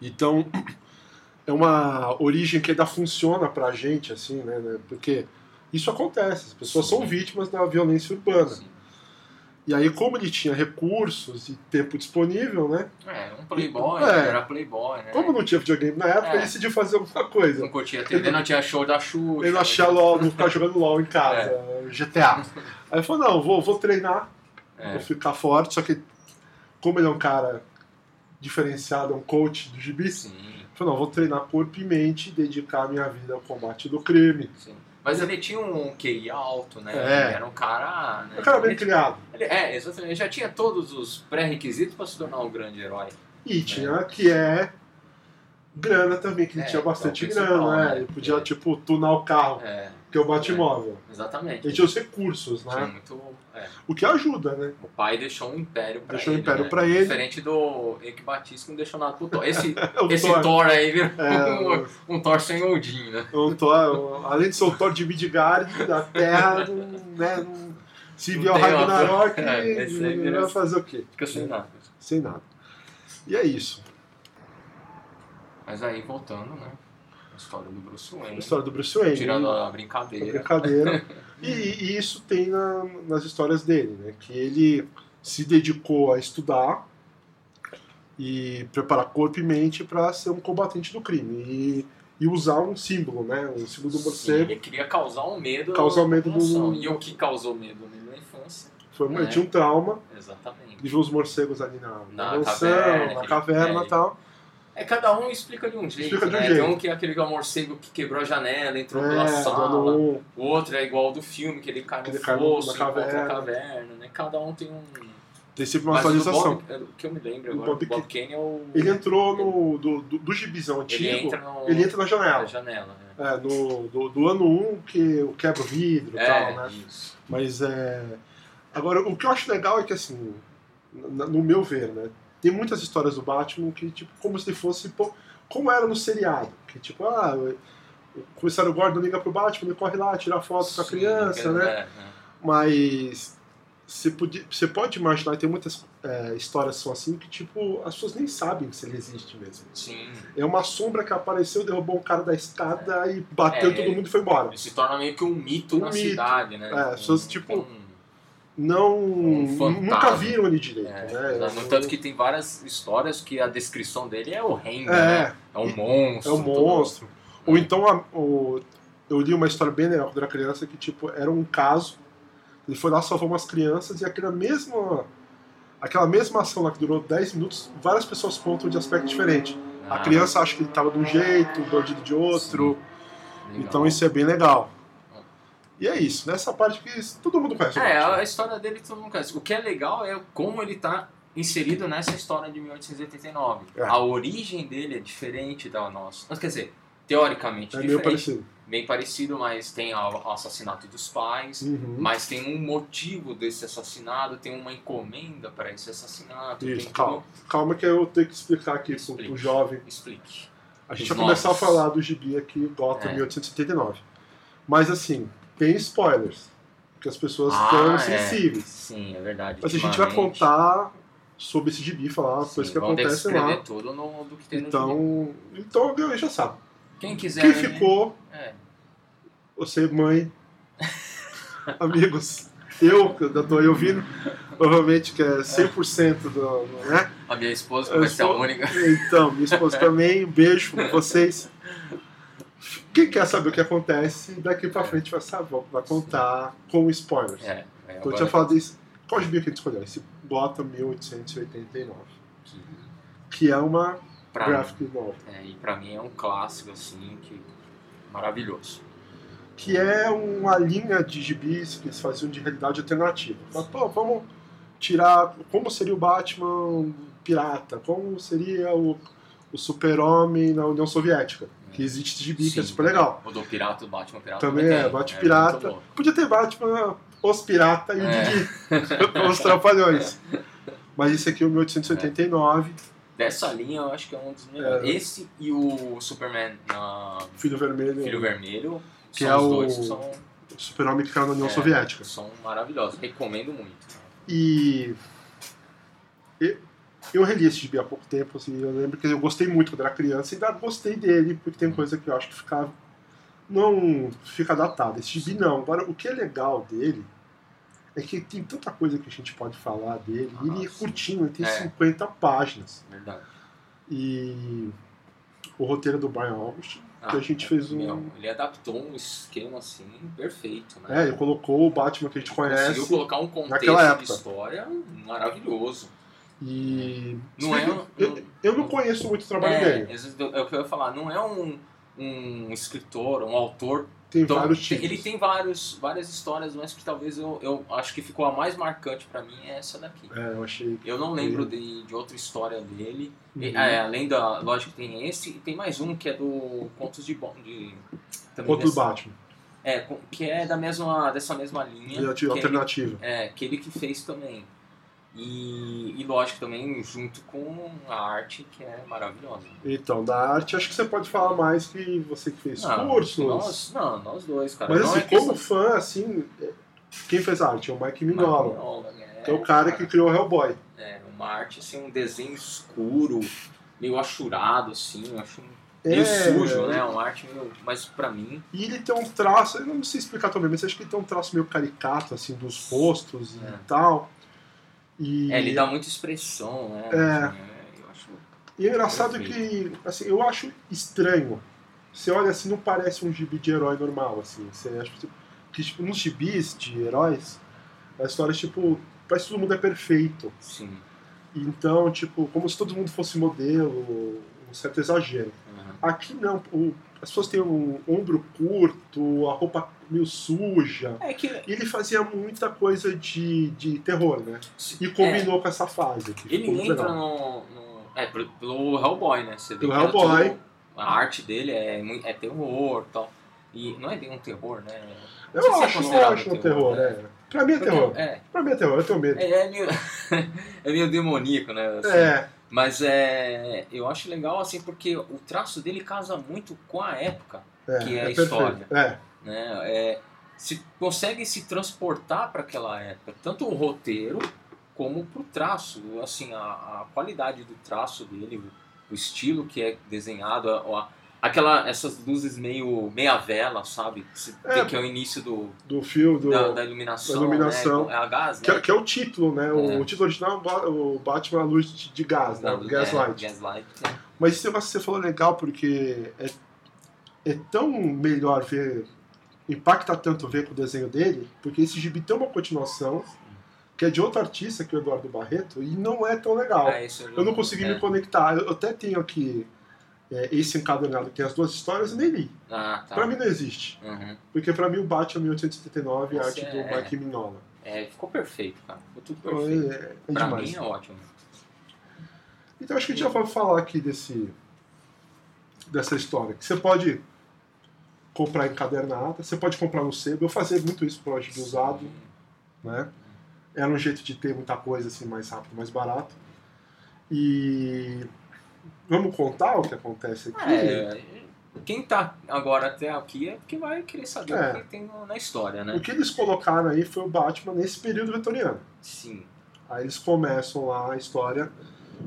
S1: Então, é uma origem que ainda funciona pra gente, assim, né? né? Porque isso acontece, as pessoas são vítimas da violência urbana.
S5: sim.
S1: E aí, como ele tinha recursos e tempo disponível, né?
S5: É, um playboy,
S1: É.
S5: ele era playboy, né?
S1: Como não tinha videogame na época,
S5: É.
S1: ele decidiu fazer alguma coisa.
S5: Não curtia a TV, não tinha show da Xuxa.
S1: Ele não achava LOL, não ficar jogando LOL em casa, GTA. Aí ele falou, não, vou, vou treinar,
S5: É,
S1: vou ficar forte, só que como ele é um cara diferenciado, é um coach do gibis,
S5: sim,
S1: Falei, não, vou treinar corpo e mente e dedicar minha vida ao combate do crime.
S5: sim. Mas ele tinha um QI alto, né?
S1: É.
S5: Ele era um cara. Né?
S1: É um cara bem
S5: Ele-
S1: criado.
S5: ele- é, exatamente. Ele já tinha todos os pré-requisitos pra se tornar um grande herói.
S1: E tinha que é grana também, que ele
S5: É,
S1: tinha bastante
S5: é o principal,
S1: grana, né?
S5: né?
S1: Ele podia,
S5: É.
S1: tipo, tunar o carro,
S5: É,
S1: que é o Batmóvel.
S5: exatamente.
S1: Ele tinha os recursos,
S5: Tinha
S1: né?
S5: muito. é.
S1: O que ajuda, né?
S5: O pai deixou um império pra
S1: Deixou um
S5: ele.
S1: império
S5: né?
S1: pra ele.
S5: Diferente do Eric Batista que não deixou nada pro Thor. Esse,
S1: O
S5: esse
S1: Thor.
S5: Thor aí virou
S1: É,
S5: um- um Thor sem Odin, né?
S1: o, o Thor, o- além de ser o Thor de Midgard, da Terra, não, né? não- se
S5: Não
S1: vier o
S5: tem outra.
S1: Ragnarok,
S5: É, esse aí
S1: ele vai
S5: merece.
S1: fazer o quê?
S5: Fica sem nada.
S1: Sem nada. E é isso.
S5: Mas aí, voltando, né? A história do Bruce Wayne.
S1: A história do Bruce Wayne.
S5: Tirando a
S1: Uma
S5: brincadeira.
S1: brincadeira. E, e isso tem na- nas histórias dele, né? Que ele se dedicou a estudar e preparar corpo e mente para ser um combatente do crime e, e usar um símbolo, né? Um símbolo do
S5: Sim,
S1: morcego.
S5: ele queria causar um medo.
S1: Causar um
S5: na
S1: medo no-
S5: população. E o que causou medo nele na infância?
S1: Foi um-
S5: É.
S1: ele tinha um trauma
S5: Exatamente.
S1: de ver os morcegos ali na, na
S5: Na
S1: mansão,
S5: caverna,
S1: na
S5: aquele-
S1: caverna e
S5: é.
S1: tal.
S5: É, cada um explica de um jeito.
S1: Explica de um
S5: né?
S1: jeito.
S5: Tem um que é aquele que é o morcego que quebrou a janela, entrou pela
S1: É,
S5: sala.
S1: dono-
S5: O outro é igual ao do filme, que ele cai
S1: Que
S5: no
S1: ele cai no- na
S5: fosso, na caverna.
S1: caverna.
S5: na caverna, né? Cada um tem um...
S1: tem sempre uma
S5: Mas o do
S1: atualização.
S5: Bob- é, O que eu me lembro
S1: Do
S5: agora, o
S1: Bob
S5: Bob, Kane é o...
S1: Ele entrou no do, do, do gibizão antigo.
S5: Ele entra no...
S1: ele entra na
S5: na
S1: janela.
S5: janela, né?
S1: É, no, do, do ano 1 um, que o quebra-vidro e
S5: É.
S1: tal, né?
S5: isso.
S1: Mas é. Agora, o que eu acho legal é que, assim, n- no meu ver, né? Tem muitas histórias do Batman que, tipo, como se fosse. pô, como era no seriado. Que, tipo, ah, o o
S5: é
S1: comissário Gordon liga pro Batman, ele corre lá, tira foto com a
S5: Sim,
S1: criança,
S5: quer-
S1: né?
S5: é, é.
S1: Mas. Você, podia- você pode imaginar, tem muitas é, histórias que são assim que, tipo, as pessoas nem sabem se ele existe mesmo.
S5: Sim.
S1: É uma sombra que apareceu, derrubou um cara da escada e bateu
S5: É.
S1: todo mundo e foi embora.
S5: Ele se torna meio que um mito
S1: Um
S5: na
S1: mito.
S5: cidade, né?
S1: É, as pessoas, tipo,
S5: Tem-
S1: Não.
S5: Um fantasma.
S1: nunca viram ele direito,
S5: É,
S1: né?
S5: mas no tanto que tem várias histórias que a descrição dele é horrenda, né?
S1: É,
S5: É um monstro.
S1: é um
S5: todo-
S1: monstro. Ou então, a- o- eu li uma história bem legal quando eu era criança que, tipo, era um caso. Ele foi lá, salvou umas crianças e aquela mesma. Aquela mesma ação lá que durou 10 minutos, várias pessoas contam de aspecto diferente.
S5: Ah,
S1: A criança acha que ele tava de um jeito, o bandido de outro.
S5: legal.
S1: Então isso é bem legal. E é isso, nessa parte que isso- todo mundo conhece. eu
S5: É,
S1: acho,
S5: a
S1: né?
S5: história dele todo mundo conhece. O que é legal é como ele tá inserido nessa história de 1889.
S1: É.
S5: A origem dele é diferente da nossa. Quer dizer, teoricamente
S1: é meio
S5: diferente.
S1: parecido.
S5: Bem parecido, mas tem a- o assassinato dos pais.
S1: Uhum.
S5: Mas tem um motivo desse assassinato, tem uma encomenda para esse assassinato.
S1: Isso,
S5: tem
S1: calma. Calma que eu tenho que explicar aqui pro,
S5: Explique.
S1: pro jovem.
S5: Tudo... Explique.
S1: A gente
S5: Os
S1: vai começar a
S5: novos.
S1: falar do gibi aqui, Gotham
S5: É.
S1: 1879. Mas assim, tem spoilers. Porque as pessoas
S5: Ah,
S1: estão
S5: é.
S1: sensíveis.
S5: Sim, é verdade.
S1: Mas a gente vai
S5: ultimamente-
S1: contar sobre esse gibi, falar as
S5: Sim,
S1: coisas que
S5: vão ter
S1: acontecem
S5: escrever
S1: lá.
S5: tudo no, do que tem no filme.
S1: Então, então eu já sabe.
S5: Quem quiser.
S1: Quem
S5: né?
S1: ficou,
S5: É.
S1: você, mãe, amigos, eu, que eu tô aí ouvindo, provavelmente que é 100% do. Né?
S5: A minha esposa que
S1: Eu
S5: vai ser a
S1: sou-
S5: única.
S1: Então, minha esposa também, um beijo pra vocês. Quem quer saber o que acontece, daqui pra frente vai saber, vai contar com spoilers.
S5: É, é,
S1: então
S5: agora
S1: eu tinha falado isso. Qual gibi que a gente escolheu? Esse Bota 1889.
S5: que-
S1: Que é uma
S5: pra-
S1: graphic novel.
S5: é, e pra mim é um clássico, assim, que maravilhoso.
S1: Que é uma linha de gibis que eles faziam de realidade alternativa. Mas, pô, vamos tirar como seria o Batman pirata, como seria o, o super-homem na União Soviética. Que existe esse gibi, que é
S5: Sim,
S1: super legal.
S5: O do Pirata, o Batman Pirata.
S1: Também é,
S5: tem.
S1: Bate
S5: muito
S1: Pirata.
S5: louco.
S1: Podia ter Batman, os pirata e o
S5: É.
S1: Didi, os trapalhões. Mas esse aqui é o 1889,
S5: Dessa linha eu acho que é um dos melhores. Esse e o Superman na
S1: Filho Vermelho,
S5: Filho Vermelho.
S1: Que
S5: são
S1: é
S5: os
S1: o-
S5: dois que são,
S1: o super-homem que caiu na União
S5: É.
S1: Soviética.
S5: são maravilhosos. Recomendo muito. tá?
S1: E e- eu reli esse gibi há pouco tempo, assim, eu lembro que eu gostei muito quando era criança e ainda gostei dele, porque tem coisa que eu acho que fica, não fica datada. Esse gibi não. Agora, o que é legal dele é que tem tanta coisa que a gente pode falar dele.
S5: Ah,
S1: ele é
S5: sim.
S1: curtinho, ele tem
S5: É.
S1: 50 páginas.
S5: Verdade.
S1: e o roteiro do Brian August.
S5: Ah,
S1: a gente fez um-
S5: meu, ele adaptou um esquema assim perfeito, né?
S1: É, ele colocou o Batman que a gente
S5: Conseguiu
S1: conhece
S5: colocar um
S1: naquela
S5: contexto
S1: época.
S5: de história maravilhoso.
S1: e
S5: Não é um-
S1: eu, eu não conheço muito o trabalho
S5: É,
S1: dele.
S5: exato, é o que eu ia falar, não é um, um escritor, um autor.
S1: Tem
S5: tão-
S1: vários títulos.
S5: ele tem vários, várias histórias, mas que talvez eu, eu acho que ficou a mais marcante pra mim é essa daqui.
S1: É, eu achei.
S5: Eu não lembro de, de outra história dele. E,
S1: Uhum.
S5: é, além da, lógico, que tem esse e tem mais um que é do Contos de Bond. De, também
S1: Contra o
S5: dessa-
S1: Batman,
S5: É, com- que é da mesma, dessa mesma linha.
S1: ele
S5: que
S1: ativa
S5: ele-
S1: alternativa.
S5: é, que ele que fez também. E, e lógico também junto com a arte que é maravilhosa.
S1: Então, da arte, acho que você pode falar mais que você que fez
S5: Não,
S1: cursos.
S5: Nós, não, nós dois, Ah, cara.
S1: Mas
S5: não
S1: assim,
S5: é
S1: como
S5: questão-
S1: fã, assim, quem fez a arte? É o Mike Mignola.
S5: Manola, né?
S1: Que é o cara que criou o Hellboy.
S5: É, uma arte, assim, um desenho escuro, meio achurado, assim, eu acho meio
S1: É,
S5: sujo, né? Uma arte meio. Mas pra mim.
S1: E ele tem um traço, eu não sei explicar também, mas acho que ele tem um traço meio caricato, assim, dos rostos
S5: É.
S1: e tal. E
S5: É, ele dá muita expressão, né?
S1: É.
S5: assim, é, eu acho.
S1: E é engraçado que, assim, eu acho estranho. Você olha assim, não parece um gibi de herói normal, assim. Você acha que, que, tipo, nos gibis de heróis, a história, tipo, parece que todo mundo é perfeito.
S5: Sim.
S1: Então, tipo, como se todo mundo fosse modelo, um certo exagero.
S5: aham.
S1: Aqui não, o- as pessoas têm um ombro curto, a roupa meio suja.
S5: É que.
S1: E ele fazia muita coisa de, de terror, né? E
S5: é,
S1: combinou com essa fase. que
S5: Ele
S1: ficou muito
S5: entra
S1: legal.
S5: no, no- É, pelo, pelo Hellboy, né? Você vê
S1: Pelo
S5: que era
S1: Hellboy.
S5: tudo- a arte dele é, mui- é terror e tal. E não é bem um terror, né?
S1: Eu
S5: Não sei se é
S1: acho, eu
S5: considerado
S1: acho um terror,
S5: terror,
S1: é. Pra mim é terror.
S5: É,
S1: Pra mim é terror, eu tenho medo.
S5: é, é meio, é meio demoníaco, né? assim.
S1: É,
S5: Mas é, eu acho legal, assim, porque o traço dele casa muito com a época,
S1: é.
S5: Que é a
S1: perfeito.
S5: história.
S1: É,
S5: né? É, se conseguem se transportar para aquela época, tanto o roteiro como para o traço, assim, a, a qualidade do traço dele, o, o estilo que é desenhado, a- a- aquela, essas luzes meio meia vela, sabe? Se-
S1: É.
S5: que é o início do,
S1: Do filme, do,
S5: da, da iluminação,
S1: da iluminação.
S5: né? É a gás, né?
S1: que, é- que é o título, né?
S5: É.
S1: O título original é Ba- o Batman à luz de de gás, né?
S5: Da-
S1: Gaslight.
S5: é, Gaslight, né?
S1: Mas esse negócio que você falou é legal porque é, é tão melhor ver, impacta tanto ver com o desenho dele, porque esse gibi tem uma continuação que é de outro artista, que é o Eduardo Barreto, e não é tão legal.
S5: É, esse
S1: Eu não consegui me
S5: é.
S1: conectar. Eu até tenho aqui é, esse encadernado que tem as duas histórias e nem li.
S5: Ah, tá.
S1: Pra mim não existe.
S5: Uhum.
S1: Porque pra mim o Batman 1879 é a
S5: Esse
S1: arte do
S5: é-
S1: Mike Mignola.
S5: É, ficou perfeito, cara. Ficou tudo
S1: Então,
S5: perfeito.
S1: É, é
S5: pra
S1: demais.
S5: mim é ótimo.
S1: Então acho que a gente já vai falar aqui desse dessa história. Que você pode comprar encadernada, você pode comprar no sebo. Eu fazia muito isso pro de usado, né? Era um jeito de ter muita coisa assim mais rápido, mais barato. E vamos contar o que acontece aqui.
S5: Ah, É, quem tá agora até aqui é porque vai querer saber
S1: É.
S5: o que tem na na história, né?
S1: O que eles colocaram aí foi o Batman nesse período vitoriano.
S5: Sim.
S1: Aí eles começam lá a história.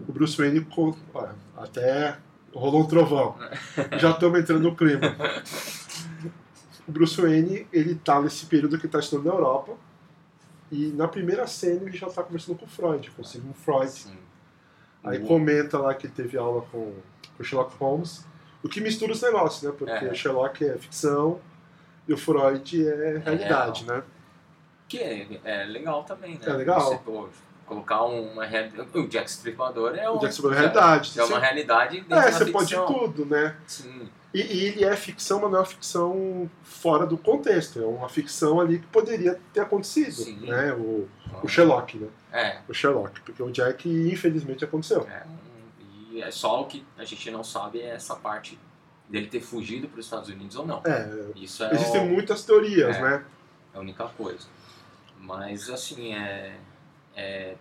S1: O Bruce Wayne co- ó, até rolou um trovão.
S5: É.
S1: Já estamos entrando no clima. O Bruce Wayne, ele tá nesse período que tá estudando na Europa. E na primeira cena ele já tá conversando com o Freud, com o Sigmund Freud.
S5: Sim.
S1: Aí
S5: Boa.
S1: comenta lá que ele teve aula com o Sherlock Holmes. O que mistura os negócios, né? Porque
S5: É.
S1: Sherlock é ficção e o Freud é realidade, né?
S5: Que é, é legal também, né?
S1: É legal.
S5: Você, pô, colocar uma realidade. O Jack Stripador é um.
S1: O Jack Stripador é realidade.
S5: É uma realidade dentro
S1: É,
S5: da
S1: você pode
S5: ficção.
S1: tudo, né?
S5: Sim.
S1: E, e ele é ficção, mas não é uma ficção fora do contexto. É uma ficção ali que poderia ter acontecido,
S5: Sim.
S1: né? O, o Sherlock, né?
S5: É.
S1: O Sherlock, porque o Jack infelizmente aconteceu.
S5: é um- e é só o que a gente não sabe é essa parte dele ter fugido para os Estados Unidos ou não.
S1: É,
S5: Isso é
S1: existem
S5: o-
S1: muitas teorias,
S5: É.
S1: né?
S5: É a única coisa. Mas assim, é. é-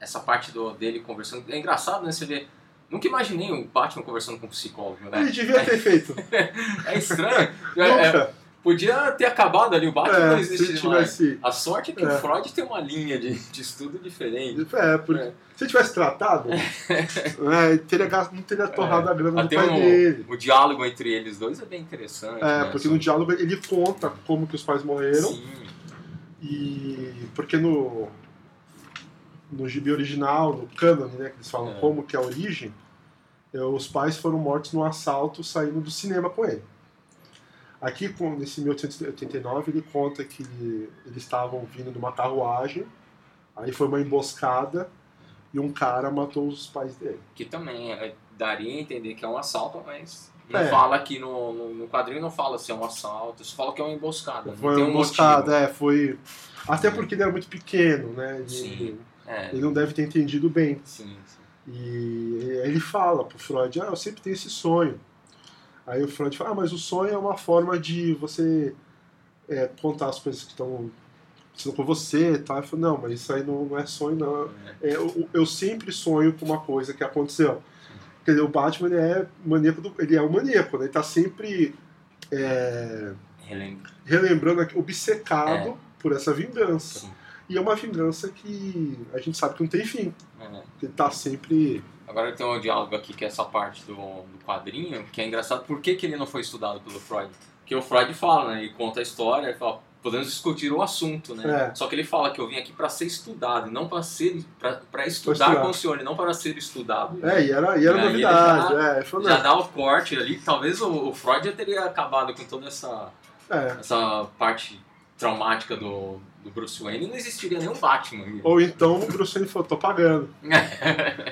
S5: essa parte do, dele conversando. É engraçado, né? Você vê. Nunca imaginei o Batman conversando com um psicólogo, né?
S1: Ele devia ter feito.
S5: É estranho. É- é-
S1: Nunca.
S5: podia ter acabado ali, o Batman não
S1: É,
S5: existe
S1: se
S5: mais.
S1: tivesse.
S5: A sorte é que
S1: É.
S5: o Freud tem uma linha de, de estudo diferente.
S1: É, por-
S5: É.
S1: Se tivesse tratado, né, teria gasto- não teria torrado a grana do
S5: É. Até
S1: pai dele.
S5: o, o diálogo entre eles dois é bem interessante.
S1: É,
S5: né?
S1: porque no diálogo ele conta como que os pais morreram.
S5: Sim,
S1: E porque no no gibi original, no canon, né, que eles falam
S5: É.
S1: como que é a origem, é, os pais foram mortos num assalto saindo do cinema com ele. Aqui, com, nesse 1889, ele conta que eles estavam vindo de uma carruagem, aí foi uma emboscada e um cara matou os pais dele.
S5: que também é- daria a entender que é um assalto, mas não
S1: É.
S5: fala aqui no, no, no quadrinho, não fala se é um assalto, só fala que é uma emboscada. não
S1: Foi
S5: tem
S1: uma
S5: um
S1: emboscada, é, foi. Até porque ele era muito pequeno, né? e
S5: Sim. motivo. É,
S1: ele não deve ter entendido bem.
S5: sim, sim.
S1: E ele fala pro Freud, ah, eu sempre tenho esse sonho. Aí o Freud fala, ah, mas o sonho é uma forma de você é, contar as coisas que estão acontecendo com você e tal. Ele falou, não, mas isso aí não, não é sonho, não. É, eu, eu sempre sonho com uma coisa que aconteceu. Quer dizer, o Batman ele é maníaco, do- ele é um maníaco, né? Ele tá sempre é,
S5: Relembro.
S1: relembrando, aqui, obcecado por essa vingança.
S5: Sim.
S1: E é uma vingança que a gente sabe que não tem fim.
S5: É.
S1: Ele tá sempre...
S5: Agora tem um diálogo aqui que é essa parte do, do quadrinho, que é engraçado. Por que, que ele não foi estudado pelo Freud? Porque o Freud fala, né? Ele conta a história, ele fala, podemos discutir o assunto, né?
S1: É.
S5: Só que ele fala que eu vim aqui para ser estudado, e não para ser para estudar,
S1: estudar.
S5: com o senhor, e não para ser estudado.
S1: É, e era, e era
S5: E aí ele
S1: novidade.
S5: já-
S1: é, ele falou,
S5: Já
S1: não,
S5: dá o corte ali, talvez o, o Freud já teria acabado com toda essa,
S1: é.
S5: essa parte traumática do, do Bruce Wayne e não existiria nenhum Batman.
S1: Ou então o Bruce Wayne falou, tô pagando.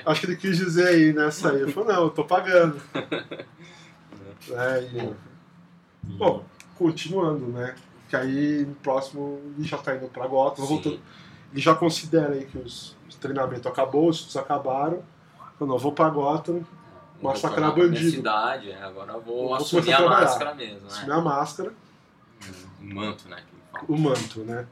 S1: Acho que ele quis dizer aí nessa aí. Ele falou, não, eu tô pagando. É, e- Bom, continuando, né? Que aí no próximo ele já tá indo pra Gotham, voltando.
S5: Sim,
S1: Ele já considera aí que os, os treinamentos acabou, os estudos acabaram. Falou, não, vou pra Gotham, massacrar
S5: vou pra minha
S1: bandido.
S5: Cidade, é, agora eu vou,
S1: Vou
S5: assumir
S1: começar a
S5: a
S1: trabalhar.
S5: máscara mesmo, né?
S1: assumir a máscara,
S5: O manto, né? Que ele fala.
S1: o manto, né?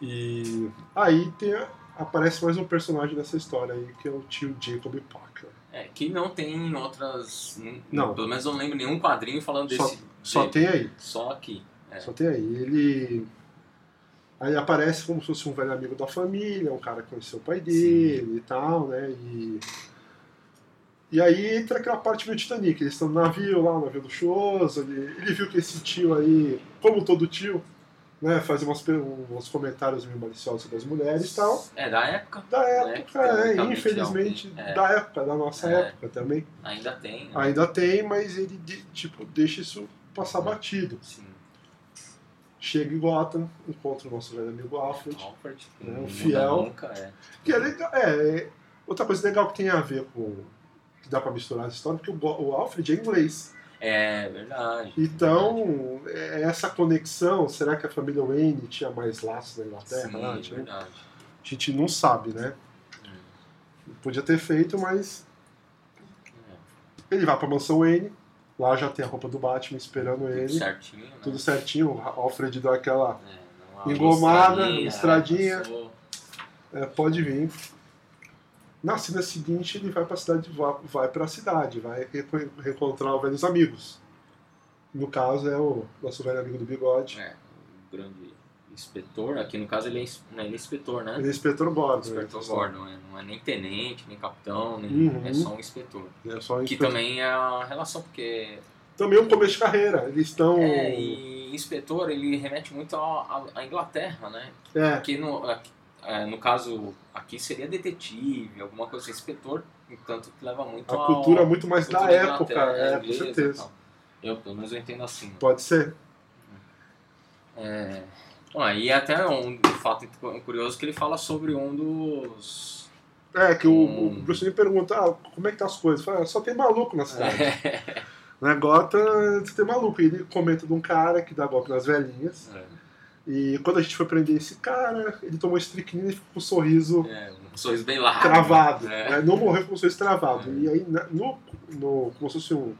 S1: E aí tem, a- aparece mais um personagem dessa história aí, que é o tio Jacob Parker.
S5: É, que não tem outras.
S1: Não.
S5: Pelo menos eu não lembro nenhum quadrinho falando
S1: Só-
S5: desse.
S1: Só
S5: dele.
S1: tem aí.
S5: Só aqui. É. É.
S1: Só tem aí. Ele. Aí aparece como se fosse um velho amigo da família, um cara que conheceu o pai dele e tal, né? E. E aí entra aquela parte meio Titanic, eles estão no navio lá, no navio luxuoso, ele, ele viu que esse tio aí, como todo tio, né, faz umas, per- uns comentários meio maliciosos sobre as mulheres e tal.
S5: É, da época.
S1: Da
S5: É,
S1: época, é,
S5: teoricamente,
S1: infelizmente,
S5: é.
S1: da época, da nossa
S5: É.
S1: época também.
S5: Ainda tem. né?
S1: Ainda tem, mas ele, de- tipo, deixa isso
S5: É.
S1: passar batido.
S5: Sim.
S1: Chega em Gotham, encontra o nosso velho amigo Alfred.
S5: Alfred.
S1: É, o
S5: Não muda
S1: fiel.
S5: Nunca, é.
S1: Que é legal, é, é, outra coisa legal que tem a ver com... Que dá pra misturar essa história, porque o, Go- o Alfred é inglês.
S5: É, verdade.
S1: Então, é essa conexão, será que a família Wayne tinha mais laços na Inglaterra?
S5: Sim, é
S1: lá? A gente não-
S5: verdade.
S1: a gente não sabe, né?
S5: Hum,
S1: Podia ter feito, mas
S5: é.
S1: Ele vai pra mansão Wayne, lá já tem a roupa do Batman esperando
S5: Tudo
S1: ele.
S5: certinho, né?
S1: Tudo certinho, o Alfred dá aquela.
S5: É, não há
S1: Engomada,
S5: mostradinha,
S1: mostradinha.
S5: passou.
S1: é, pode vir. Na cena seguinte, ele vai pra cidade, va- vai pra cidade, vai reco- reencontrar os velhos amigos. No caso, é o nosso velho amigo do bigode,
S5: É, um grande inspetor. Aqui no caso ele é, ins- né, ele é inspetor, né?
S1: ele é inspetor Gordon. né?
S5: Inspetor Gordon, é, não é nem tenente, nem capitão, nem,
S1: Uhum.
S5: é só um inspetor.
S1: É só
S5: Que
S1: inspetor.
S5: também é a relação, porque
S1: Também é um começo de carreira, eles estão.
S5: é, e inspetor ele remete muito à- à- à Inglaterra, né?
S1: É,
S5: Aqui no, aqui- é, no caso, aqui seria detetive, alguma coisa assim, inspetor, entanto que leva muito
S1: a
S5: ao-
S1: cultura muito mais
S5: cultura né?
S1: da época,
S5: Inglaterra,
S1: é, com
S5: inglesa e
S1: certeza.
S5: tal. Eu, pelo menos, eu entendo assim.
S1: Pode ser.
S5: É. Ah, e até um fato curioso que ele fala sobre um dos.
S1: É, que o,
S5: Hum.
S1: o Bruce Lee pergunta, ah, como é que tá as coisas? Fala, "Ah, só tem maluco na cidade. Na Gota, só tem maluco. E ele comenta de um cara que dá golpe nas velhinhas.
S5: é,
S1: E quando a gente foi prender esse cara, ele tomou estricnina e ficou com um sorriso
S5: É, um sorriso bem largo.
S1: travado.
S5: É.
S1: né? Não morreu com um sorriso travado.
S5: É.
S1: E aí, na- no, no, como se fosse um-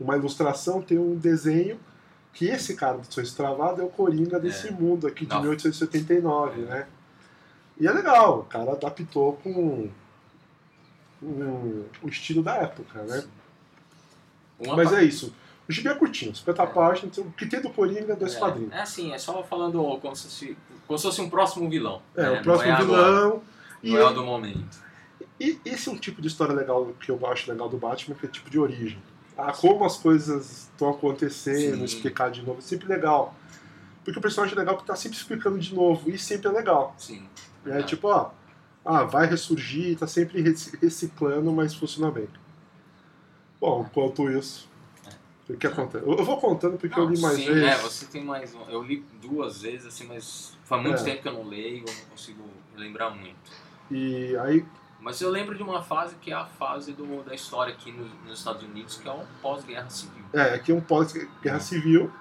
S1: uma ilustração, tem um desenho que esse cara do sorriso travado é o Coringa desse
S5: É.
S1: mundo aqui, de
S5: Não.
S1: 1879, né? E é legal, o cara adaptou com com o estilo da época, né?
S5: Uma
S1: Mas
S5: pa-
S1: é isso. O gibi é curtinho, 50
S5: É.
S1: páginas, o que tem do Coringa é dois quadrinhos.
S5: é, é assim, é só falando como se fosse, como se fosse um próximo vilão.
S1: É,
S5: né?
S1: o próximo
S5: não é Agora,
S1: vilão. E,
S5: não é o do momento.
S1: e esse é um tipo de história legal que eu acho legal do Batman, que é tipo de origem. Ah, como as coisas estão acontecendo,
S5: Sim.
S1: explicar de novo, é sempre legal. Porque o personagem é legal que tá sempre explicando de novo, e sempre é legal.
S5: Sim.
S1: É
S5: É.
S1: tipo, ó, ah, vai ressurgir, tá sempre rec- reciclando, mas funciona bem. Bom, enquanto isso, o que acontece? Eu eu vou contando porque eu
S5: Não,
S1: li mais
S5: sim,
S1: vezes.
S5: é, você tem mais um. Eu li duas vezes, assim, mas faz muito
S1: É.
S5: tempo que eu não leio, eu não consigo lembrar muito.
S1: E aí
S5: Mas eu lembro de uma fase que é a fase do, da história aqui no- nos Estados Unidos, que é o pós-guerra civil.
S1: É, aqui é um pós-guerra
S5: Ah.
S1: civil.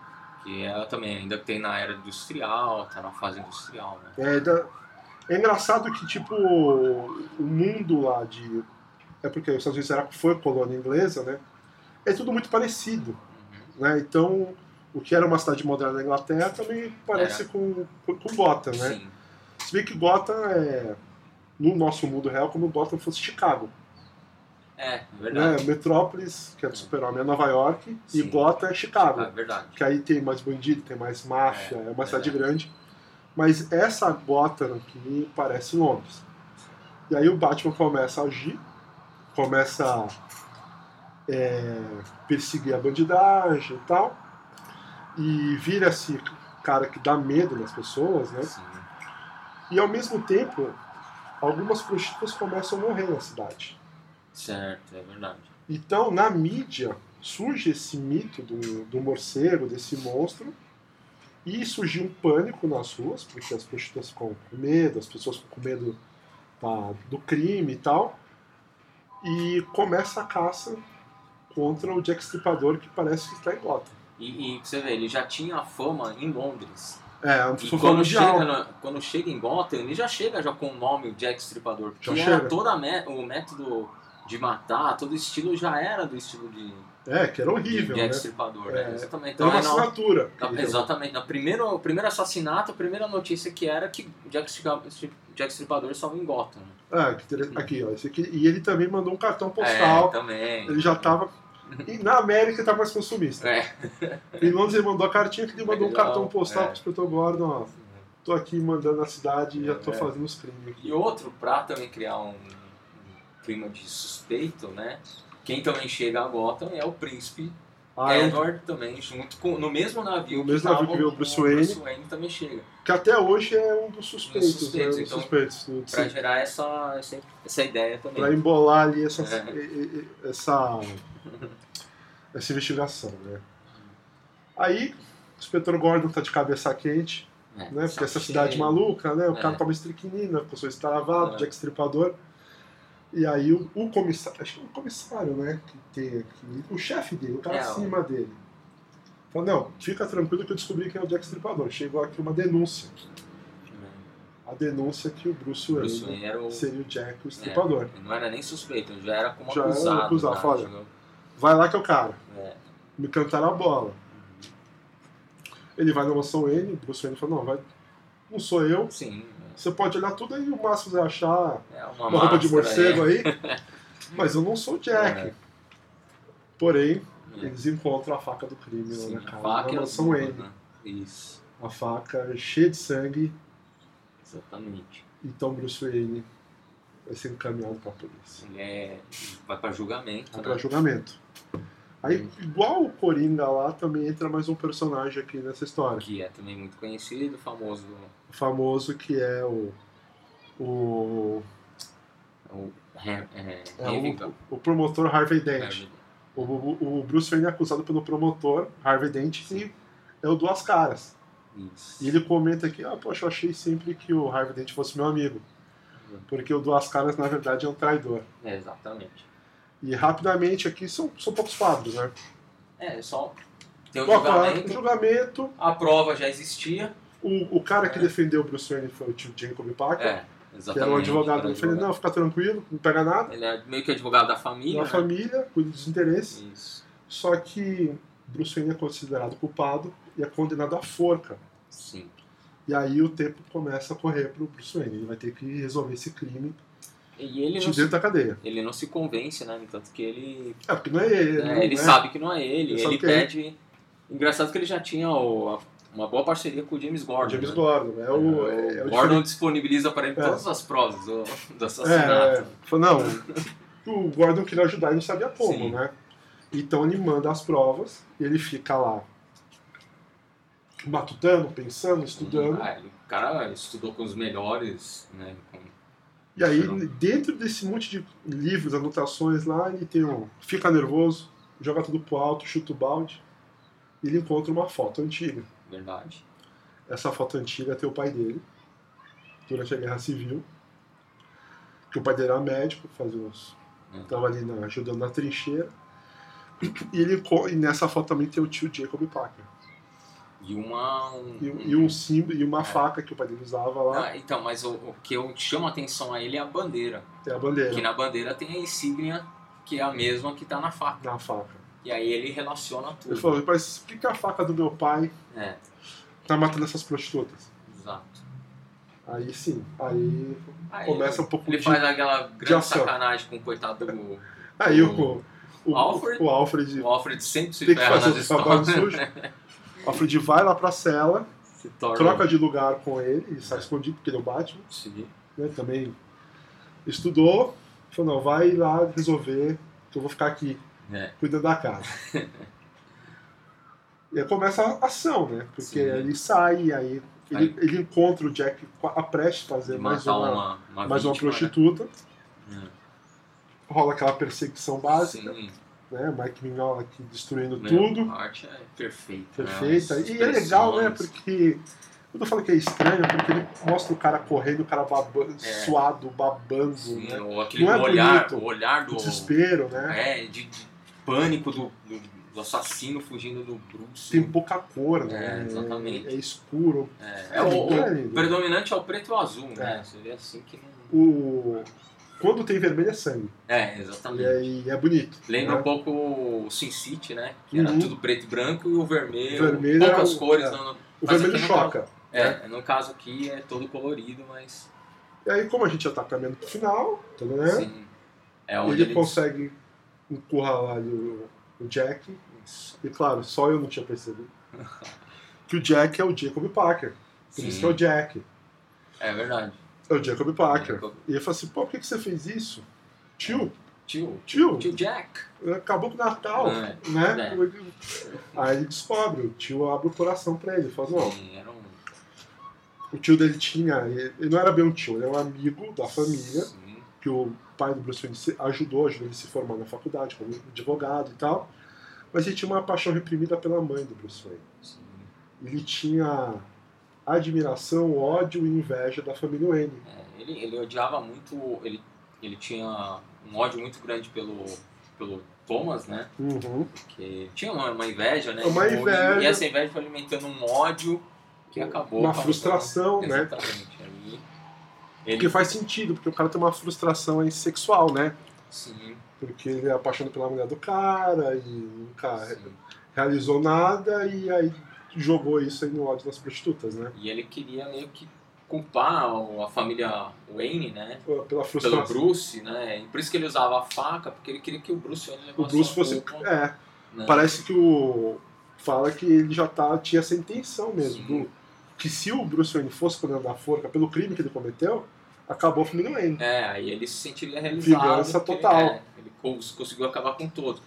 S5: Que ela também ainda tem na era industrial, tá na fase industrial, né?
S1: É, da- é engraçado que, tipo, o mundo lá de. É porque os Estados Unidos era, foi colônia inglesa, né? É tudo muito parecido,
S5: Uhum.
S1: né? Então, o que era uma cidade moderna da Inglaterra também parece com, com, com Gotham, né?
S5: É. Sim.
S1: Se bem que Gotham é, no nosso mundo real, como Gotham fosse Chicago.
S5: É, é
S1: Né?
S5: verdade.
S1: Metrópolis, que é do super-homem, é Nova York, e
S5: Sim.
S1: Gotham é Chicago.
S5: É, verdade.
S1: que aí tem mais bandido, tem mais máfia, é, uma
S5: é
S1: cidade grande. Mas essa Gotham aqui parece Londres. E aí o Batman começa a agir, começa a é, perseguir a bandidagem e tal, e vira esse cara que dá medo nas pessoas, né?
S5: Sim.
S1: E ao mesmo tempo, algumas prostitutas começam a morrer na cidade.
S5: Certo, é verdade.
S1: Então, na mídia, surge esse mito do, do morcego, desse monstro, e surgiu um pânico nas ruas, porque as prostitutas ficam com medo, as pessoas ficam com medo da- do crime e tal, e começa a caça contra o Jack Stripador, que parece que está em Gotham.
S5: E, e você vê, ele já tinha a fama em Londres.
S1: É, um
S5: E
S1: fofoca
S5: quando
S1: mundial.
S5: chega, na- quando chega em Gotham, ele já chega já com o nome o Jack Stripador. Porque
S1: Já
S5: era
S1: chega.
S5: toda a mé- o método de matar, todo o estilo já era do estilo de,
S1: É, que era
S5: de
S1: horrível,
S5: Jack
S1: né?
S5: Stripador.
S1: É.
S5: Né? Exatamente.
S1: Era
S5: Então,
S1: uma
S5: é na-
S1: assinatura.
S5: Na- Exatamente. Na primeira, o primeiro assassinato, a primeira notícia que era que Jack, Stripa- Stri- Jack Stripador estava em Gotham. né?
S1: É, Ah, que inter- aqui, ó. Esse aqui, e ele também mandou um cartão postal.
S5: É, também.
S1: Ele já estava E na América tá mais consumista.
S5: É.
S1: Em Londres ele mandou a cartinha que ele mandou um
S5: Legal,
S1: cartão postal
S5: é. né?
S1: pro inspetor Gordon, ó. Tô aqui mandando na cidade e já tô
S5: É.
S1: fazendo os crimes aqui.
S5: E outro, pra também criar um um clima de suspeito, né? Quem também chega a Gotham é o príncipe
S1: Ah, é um
S5: Edward também, junto com. No mesmo navio
S1: No mesmo
S5: tava
S1: navio que veio o Bruce Wayne.
S5: também chega.
S1: Que até hoje é um dos suspeitos,
S5: Um dos suspeitos,
S1: né? Um dos
S5: então,
S1: suspeitos. do-
S5: Pra
S1: sim,
S5: gerar essa, essa, essa ideia também. né?
S1: pra embolar ali essa,
S5: É.
S1: e- e- essa, essa investigação, né? Aí, o inspetor Gordon tá de cabeça quente,
S5: É,
S1: né? Porque
S5: saco
S1: essa
S5: cheio.
S1: cidade maluca, né? O
S5: É.
S1: cara toma estricnina, com seu estralavado,
S5: É.
S1: Jack Stripador. E aí o, o comissário, acho que é o comissário, né? Que tem aqui, o chefe dele, o cara
S5: É, o-
S1: acima dele. Falou, não, fica tranquilo que eu descobri quem é o Jack Stripador. Chegou aqui uma denúncia. A denúncia que o Bruce Wayne,
S5: Bruce Wayne É. era o.
S1: seria o Jack o Estripador.
S5: ele Não era nem suspeito, ele já era como
S1: Já era
S5: acusado.
S1: acusado,
S5: né,
S1: foda.
S5: entendeu?
S1: Vai lá que é o cara.
S5: É.
S1: Me cantaram a bola. Ele vai na mansão N, o Bruce Wayne fala, não, vai, não sou eu.
S5: Sim.
S1: Você pode olhar tudo aí, o máximo você achar
S5: É uma,
S1: uma roupa de
S5: máscara,
S1: morcego né? aí. Mas eu não sou o Jack.
S5: É.
S1: Porém,
S5: É.
S1: eles encontram a faca do crime
S5: Sim,
S1: lá
S5: a
S1: na casa
S5: faca e
S1: da
S5: as
S1: mansão
S5: luvas,
S1: N.
S5: né? Isso,
S1: A faca cheia de sangue,
S5: exatamente.
S1: então Bruce Wayne vai ser encaminhado pra polícia.
S5: Ele é- vai pra julgamento,
S1: Vai
S5: né?
S1: pra julgamento. Aí, igual o Coringa lá, também entra mais um personagem aqui nessa história.
S5: que é também muito conhecido, famoso.
S1: O famoso que é o. O,
S5: O Hen- é,
S1: é
S5: Henrique-
S1: o, o promotor Harvey Dent.
S5: Henrique.
S1: O, o- o Bruce Wayne é acusado pelo promotor Harvey Dent que é o Duas Caras.
S5: Isso.
S1: E ele comenta aqui, ah, poxa, eu achei sempre que o Harvey Dent fosse meu amigo.
S5: Uhum.
S1: Porque o Duas Caras, na verdade, é um traidor.
S5: É, exatamente.
S1: E rapidamente aqui são, são poucos quadros, né?
S5: É, só tem o
S1: Boa parte
S5: julgamento,
S1: do julgamento,
S5: a prova já existia.
S1: o, o cara que
S5: É.
S1: defendeu o Bruce Wayne foi o tio Jacob Parker,
S5: É,
S1: que era
S5: exatamente.
S1: um advogado.
S5: Era
S1: Ele falou,
S5: advogado.
S1: não, fica tranquilo, não pega nada.
S5: Ele é meio que advogado da família.
S1: Da
S5: né?
S1: família, cuida dos interesses.
S5: Isso.
S1: Só que Bruce Wayne é considerado culpado e é condenado à forca.
S5: Sim.
S1: E aí o tempo começa a correr pro Bruce Wayne. Ele vai ter que resolver esse crime
S5: E ele
S1: de
S5: não, se,
S1: dentro da cadeia.
S5: ele não se convence, né? No tanto que ele
S1: É, porque não é ele.
S5: É,
S1: não
S5: ele
S1: é.
S5: sabe que não é ele.
S1: Ele
S5: Ele,
S1: sabe que é
S5: pede. Engraçado que ele já tinha o- a- uma boa parceria com o James Gordon.
S1: James
S5: né?
S1: Gordon. É o, é, é o
S5: Gordon disponibiliza para ele
S1: É.
S5: todas as provas do, do
S1: É,
S5: assassinato.
S1: falou, não, o Gordon queria ajudar e não sabia como,
S5: Sim.
S1: né? Então ele manda as provas, ele fica lá matutando, pensando, estudando.
S5: Ah, ele- o cara estudou com os melhores, né? com-
S1: E aí,
S5: Sim.
S1: dentro desse monte de livros, anotações lá, ele tem um. Fica nervoso, joga tudo pro alto, chuta o balde. E ele encontra uma foto antiga.
S5: verdade.
S1: Essa foto antiga tem o pai dele, durante a Guerra Civil. Que o pai dele era médico, fazia os.
S5: Hum.
S1: Tava ali na- ajudando na trincheira. E, ele, enco- e nessa foto também tem o tio Jacob Parker.
S5: E uma. um-
S1: E, e um símbolo, e uma
S5: É.
S1: faca que o pai dele usava lá,
S5: Ah, então, mas o, o que eu chamo a atenção a ele é a bandeira.
S1: é a bandeira
S5: Que na bandeira tem a insígnia, que é a mesma que tá na faca.
S1: na faca.
S5: E aí ele relaciona
S1: Ele
S5: tudo.
S1: falou, mas por que que a faca do meu pai
S5: É,
S1: tá matando essas prostitutas?
S5: exato.
S1: Aí sim, aí
S5: Aí
S1: começa um pouco
S5: Ele
S1: de...
S5: faz aquela grande
S1: ação.
S5: sacanagem com o coitado do,
S1: Aí o, o,
S5: Alfred?
S1: o Alfred
S5: O Alfred sempre se
S1: tem que
S5: ferra
S1: fazer
S5: nas
S1: o trabalho
S5: histórias.
S1: sujo. O Alfred vai lá pra cela,
S5: Se torna. um
S1: troca de lugar com ele e sai escondido, porque ele é o Batman,
S5: Sim.
S1: né? Também estudou, falou, não, vai lá resolver, que eu vou ficar aqui,
S5: É.
S1: cuidando da casa. e aí começa a ação, né? Porque
S5: Sim.
S1: ele sai, aí ele,
S5: Aí-
S1: ele encontra o Jack a prestes a fazer
S5: De
S1: mais
S5: matar
S1: uma,
S5: uma, uma,
S1: mais uma
S5: vítima,
S1: prostituta.
S5: né?
S1: Rola aquela perseguição
S5: É.
S1: básica.
S5: Sim,
S1: né? Mike Mignola aqui destruindo
S5: né?
S1: tudo,
S5: A arte é perfeita.
S1: perfeita.
S5: né? As
S1: E é legal, né?
S5: expressões.
S1: Porque quando eu falo que é estranho, é porque ele mostra o cara correndo, o cara babando,
S5: É.
S1: suado, babando,
S5: Sim,
S1: né?
S5: Ou aquele
S1: Não é
S5: olhar,
S1: bonito.
S5: o olhar
S1: O
S5: do.
S1: desespero, né?
S5: É, de, de pânico do, do- do assassino fugindo do Bruce.
S1: Tem pouca cor, né?
S5: É, exatamente.
S1: É escuro.
S5: É,
S1: É
S5: é o,
S1: lindo, é
S5: o
S1: lindo.
S5: predominante é o preto e o azul,
S1: É.
S5: né? Seria assim que não.
S1: O... Quando tem vermelho é sangue.
S5: É,
S1: E
S5: exatamente.
S1: aí é bonito.
S5: Lembra
S1: né?
S5: um pouco o Sin City, né? Que era
S1: Uhum.
S5: tudo preto e branco e o vermelho,
S1: Vermelho
S5: poucas
S1: é o-
S5: cores.
S1: é.
S5: não-
S1: O
S5: mas
S1: vermelho
S5: aqui não
S1: choca.
S5: é, no caso aqui é todo colorido, mas
S1: E aí, como a gente já tá caminhando pro final, tá, né?
S5: sim, é onde
S1: ele,
S5: ele,
S1: consegue encurralar ali o, o Jack, e claro, só eu não tinha percebido, que o Jack é o Jacob Parker. Por isso
S5: Sim.
S1: que é o Jack.
S5: É verdade.
S1: É o Jacob Parker.
S5: Jacob.
S1: E eu falei assim, pô, por que que você fez isso? Tio,
S5: Tio.
S1: tio,
S5: Tio Jack.
S1: acabou com o Natal,
S5: É,
S1: né?
S5: é.
S1: Aí ele descobre, o tio abre o coração pra ele, fala, assim, não,
S5: Sim, era um.
S1: o tio dele tinha, ele ele não era bem um tio, ele era um amigo da família,
S5: Sim.
S1: que o pai do Bruce Wayne se- ajudou, ajudou ele a se formar na faculdade como advogado e tal, mas ele tinha uma paixão reprimida pela mãe do Bruce Wayne.
S5: Sim.
S1: Ele tinha admiração, ódio e inveja da família Wayne.
S5: É, ele, ele odiava muito. Ele, ele tinha um ódio muito grande pelo, pelo Thomas, né?
S1: Uhum.
S5: Porque tinha uma, uma inveja, né?
S1: Uma
S5: E-
S1: inveja.
S5: E essa inveja foi alimentando um ódio que acabou.
S1: Uma
S5: causando-
S1: frustração, né?
S5: Exatamente. Aí,
S1: Porque
S5: ele,
S1: faz sentido, porque o cara tem uma frustração aí sexual, né?
S5: sim,
S1: Porque ele é apaixonado pela mulher do cara e nunca
S5: sim.
S1: realizou nada e aí jogou isso aí no ódio das prostitutas, né?
S5: E ele queria meio que culpar o- a família Wayne, né?
S1: Pela
S5: Pelo
S1: frustração.
S5: Bruce, né? E por isso que ele usava a faca, porque ele queria que o Bruce Wayne
S1: O
S5: levasse
S1: Bruce
S5: a
S1: fosse.
S5: culpa,
S1: É,
S5: né?
S1: Parece que o. Fala que ele já tá, tinha essa intenção mesmo.
S5: Sim.
S1: do- que se o Bruce Wayne fosse condenado à forca pelo crime que ele cometeu, acabou a família Wayne.
S5: É, aí ele se sentiria realizado.
S1: Vingança
S5: porque,
S1: total.
S5: é, ele cons- conseguiu acabar com todos.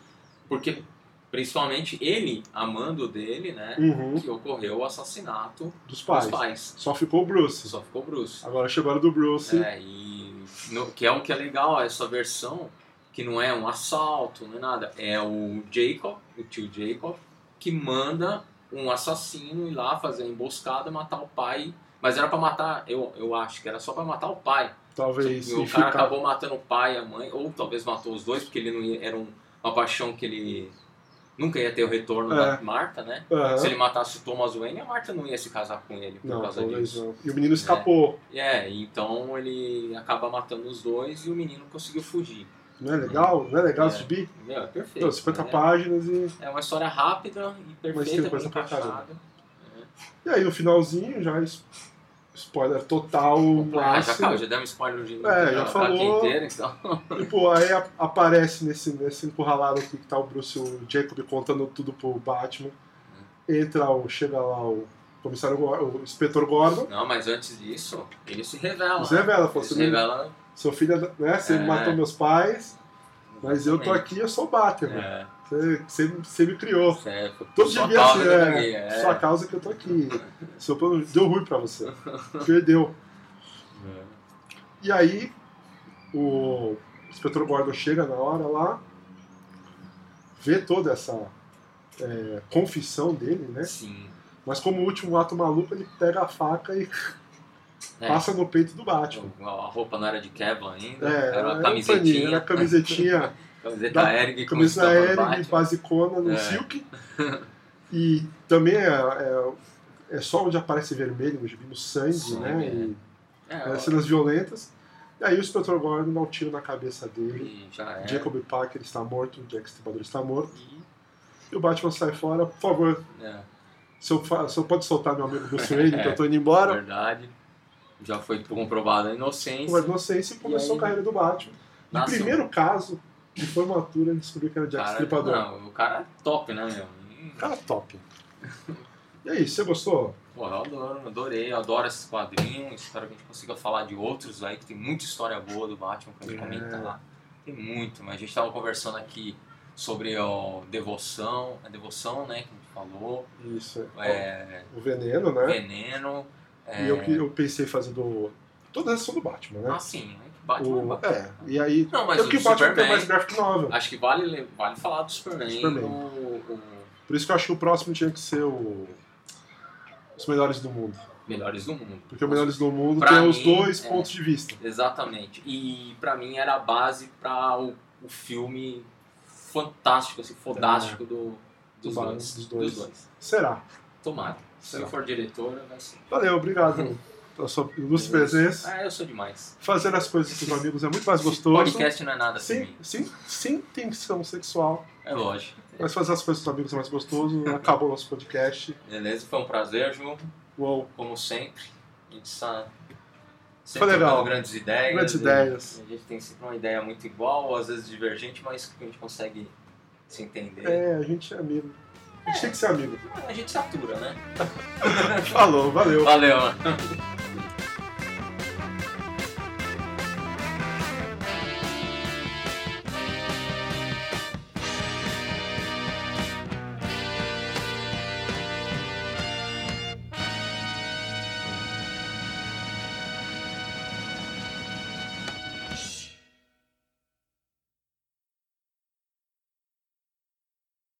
S5: Porque, principalmente, ele, amando dele, né?
S1: Uhum,
S5: Que ocorreu o assassinato
S1: dos
S5: dos
S1: pais.
S5: pais.
S1: Só ficou o Bruce.
S5: Só ficou o Bruce.
S1: Agora chegou a hora do Bruce.
S5: É, e no- que é o que é legal, essa versão, que não é um assalto, não é nada. É o Jacob, o tio Jacob, que manda um assassino ir lá fazer a emboscada, matar o pai. Mas era pra matar, eu, eu acho que era só pra matar o pai.
S1: Talvez.
S5: E
S1: e
S5: o cara
S1: ficar-
S5: acabou matando o pai e a mãe, ou talvez matou os dois, porque ele não ia, era um- uma paixão que ele nunca ia ter o retorno
S1: É.
S5: da Marta, né?
S1: Aham.
S5: Se ele matasse o Thomas Wayne, a Marta não ia se casar com ele por
S1: Não,
S5: causa
S1: talvez
S5: disso.
S1: não. E o menino escapou.
S5: É, então ele acaba matando os dois e o menino conseguiu fugir.
S1: Não é legal? Não é legal
S5: É.
S1: subir?
S5: Meu, é perfeito.
S1: Não, 50
S5: né?
S1: páginas e.
S5: É uma história rápida e
S1: tem
S5: perfeita, bem
S1: coisa pra né?
S5: encaixada.
S1: E aí no finalzinho já. es- Spoiler total,
S5: Ah, já
S1: máximo.
S5: acabou, já demos spoiler de
S1: É, já
S5: pra-
S1: falou.
S5: pra quem inteira, então.
S1: Tipo, aí a- aparece nesse, nesse encurralado aqui que tá o Bruce e o Jacob contando tudo pro Batman.
S5: Hum.
S1: Entra o. Chega lá o comissário Gor- o inspetor Gordon.
S5: Não, mas antes disso, ele se revela. né?
S1: Você é, revela,
S5: Ele
S1: falou,
S5: se
S1: seu, filho
S5: revela.
S1: seu filho é da- né? Você
S5: É.
S1: matou meus pais, mas eu tô aqui, né? eu sou o Batman.
S5: É,
S1: Você, você, você me criou.
S5: certo.
S1: Todo
S5: Sua
S1: dia via
S5: causa
S1: assim,
S5: eu tô
S1: é,
S5: aqui, é.
S1: Sua causa que eu tô aqui. Seu plano deu ruim pra você. Perdeu.
S5: É.
S1: E aí o inspetor Gordon chega na hora lá, vê toda essa é, confissão dele, né?
S5: É. Sim.
S1: Mas como último ato maluco, ele pega a faca e
S5: É.
S1: passa no peito do Batman.
S5: A tipo, roupa não era de Kevlar ainda,
S1: É,
S5: era uma
S1: um paninho, era
S5: camisetinha,
S1: a camisetinha,
S5: camiseta
S1: da-
S5: Eric, com
S1: camisa
S5: estampa
S1: aérea,
S5: Batman.
S1: basicona, no
S5: É.
S1: silk. E também é, é, é só onde aparece vermelho no gibi, no sangue,
S5: Sangue,
S1: né?
S5: é.
S1: E,
S5: É,
S1: é,
S5: ó,
S1: cenas violentas. E aí o Inspector Gordon dá um tiro na cabeça dele.
S5: e já era.
S1: Jacob Parker está morto, o Jack Stripador está morto.
S5: E-
S1: E o Batman sai fora, por favor,
S5: é,
S1: se eu, fa- se eu pode soltar meu amigo Bruce Wayne, que eu tô indo embora.
S5: é verdade. Já foi comprovada a inocência.
S1: Com a inocência e começou
S5: É. aí?
S1: a carreira do Batman. No
S5: Nasce um
S1: primeiro caso de formatura, ele descobriu que era o Jack
S5: cara-
S1: Stripador.
S5: Não, o cara é top, né, meu? Hum,
S1: Cara é top. E aí, você gostou?
S5: Pô, eu adoro, adorei, eu adoro esses quadrinhos. Espero que a gente consiga falar de outros aí, que tem muita história boa do Batman pra gente
S1: É.
S5: comentar. Tem muito, mas a gente tava conversando aqui sobre ó, devoção, a devoção, né, que a gente falou.
S1: Isso.
S5: É,
S1: O veneno, né?
S5: Veneno. É,
S1: E eu, que- eu pensei em fazer do. Todas essas são do Batman, né?
S5: Ah, sim, né, que Batman é
S1: o...
S5: Batman.
S1: É, e aí.
S5: Não, mas
S1: Eu
S5: o
S1: que o Batman
S5: Superman,
S1: tem mais graphic novel.
S5: acho que vale, le- vale falar do Superman.
S1: Superman.
S5: O, o
S1: Por isso que eu acho que o próximo tinha que ser o. Os melhores do mundo.
S5: Melhores do Mundo.
S1: Porque o Melhores do Mundo
S5: Pra
S1: tem os
S5: mim,
S1: dois
S5: é.
S1: pontos de vista.
S5: Exatamente. E pra mim era a base pra o, o filme fantástico, assim, fodástico do, dos,
S1: Do Batman,
S5: dois,
S1: dos dois.
S5: Dos dois.
S1: Será?
S5: Tomara. Se eu for diretora, vai ser.
S1: Valeu, obrigado pela sua ilustre presença.
S5: Ah, eu sou demais.
S1: Fazer as coisas com os amigos é muito mais gostoso.
S5: Podcast não é nada sem mim.
S1: Sem, sem, sem tensão um sexual,
S5: É lógico.
S1: mas fazer as coisas com os amigos é mais gostoso. Acabou o nosso podcast.
S5: Beleza? Foi um prazer, Ju.
S1: Uou,
S5: Como sempre. A gente sabe.
S1: Foi legal.
S5: trocando grandes ideias. né?
S1: grandes
S5: e-
S1: ideias.
S5: A gente tem sempre uma ideia muito igual, ou às vezes divergente, mas que a gente consegue se entender.
S1: É, a gente é amigo. A gente tem que ser amigo.
S5: A gente satura, né?
S1: Falou, valeu.
S5: Valeu,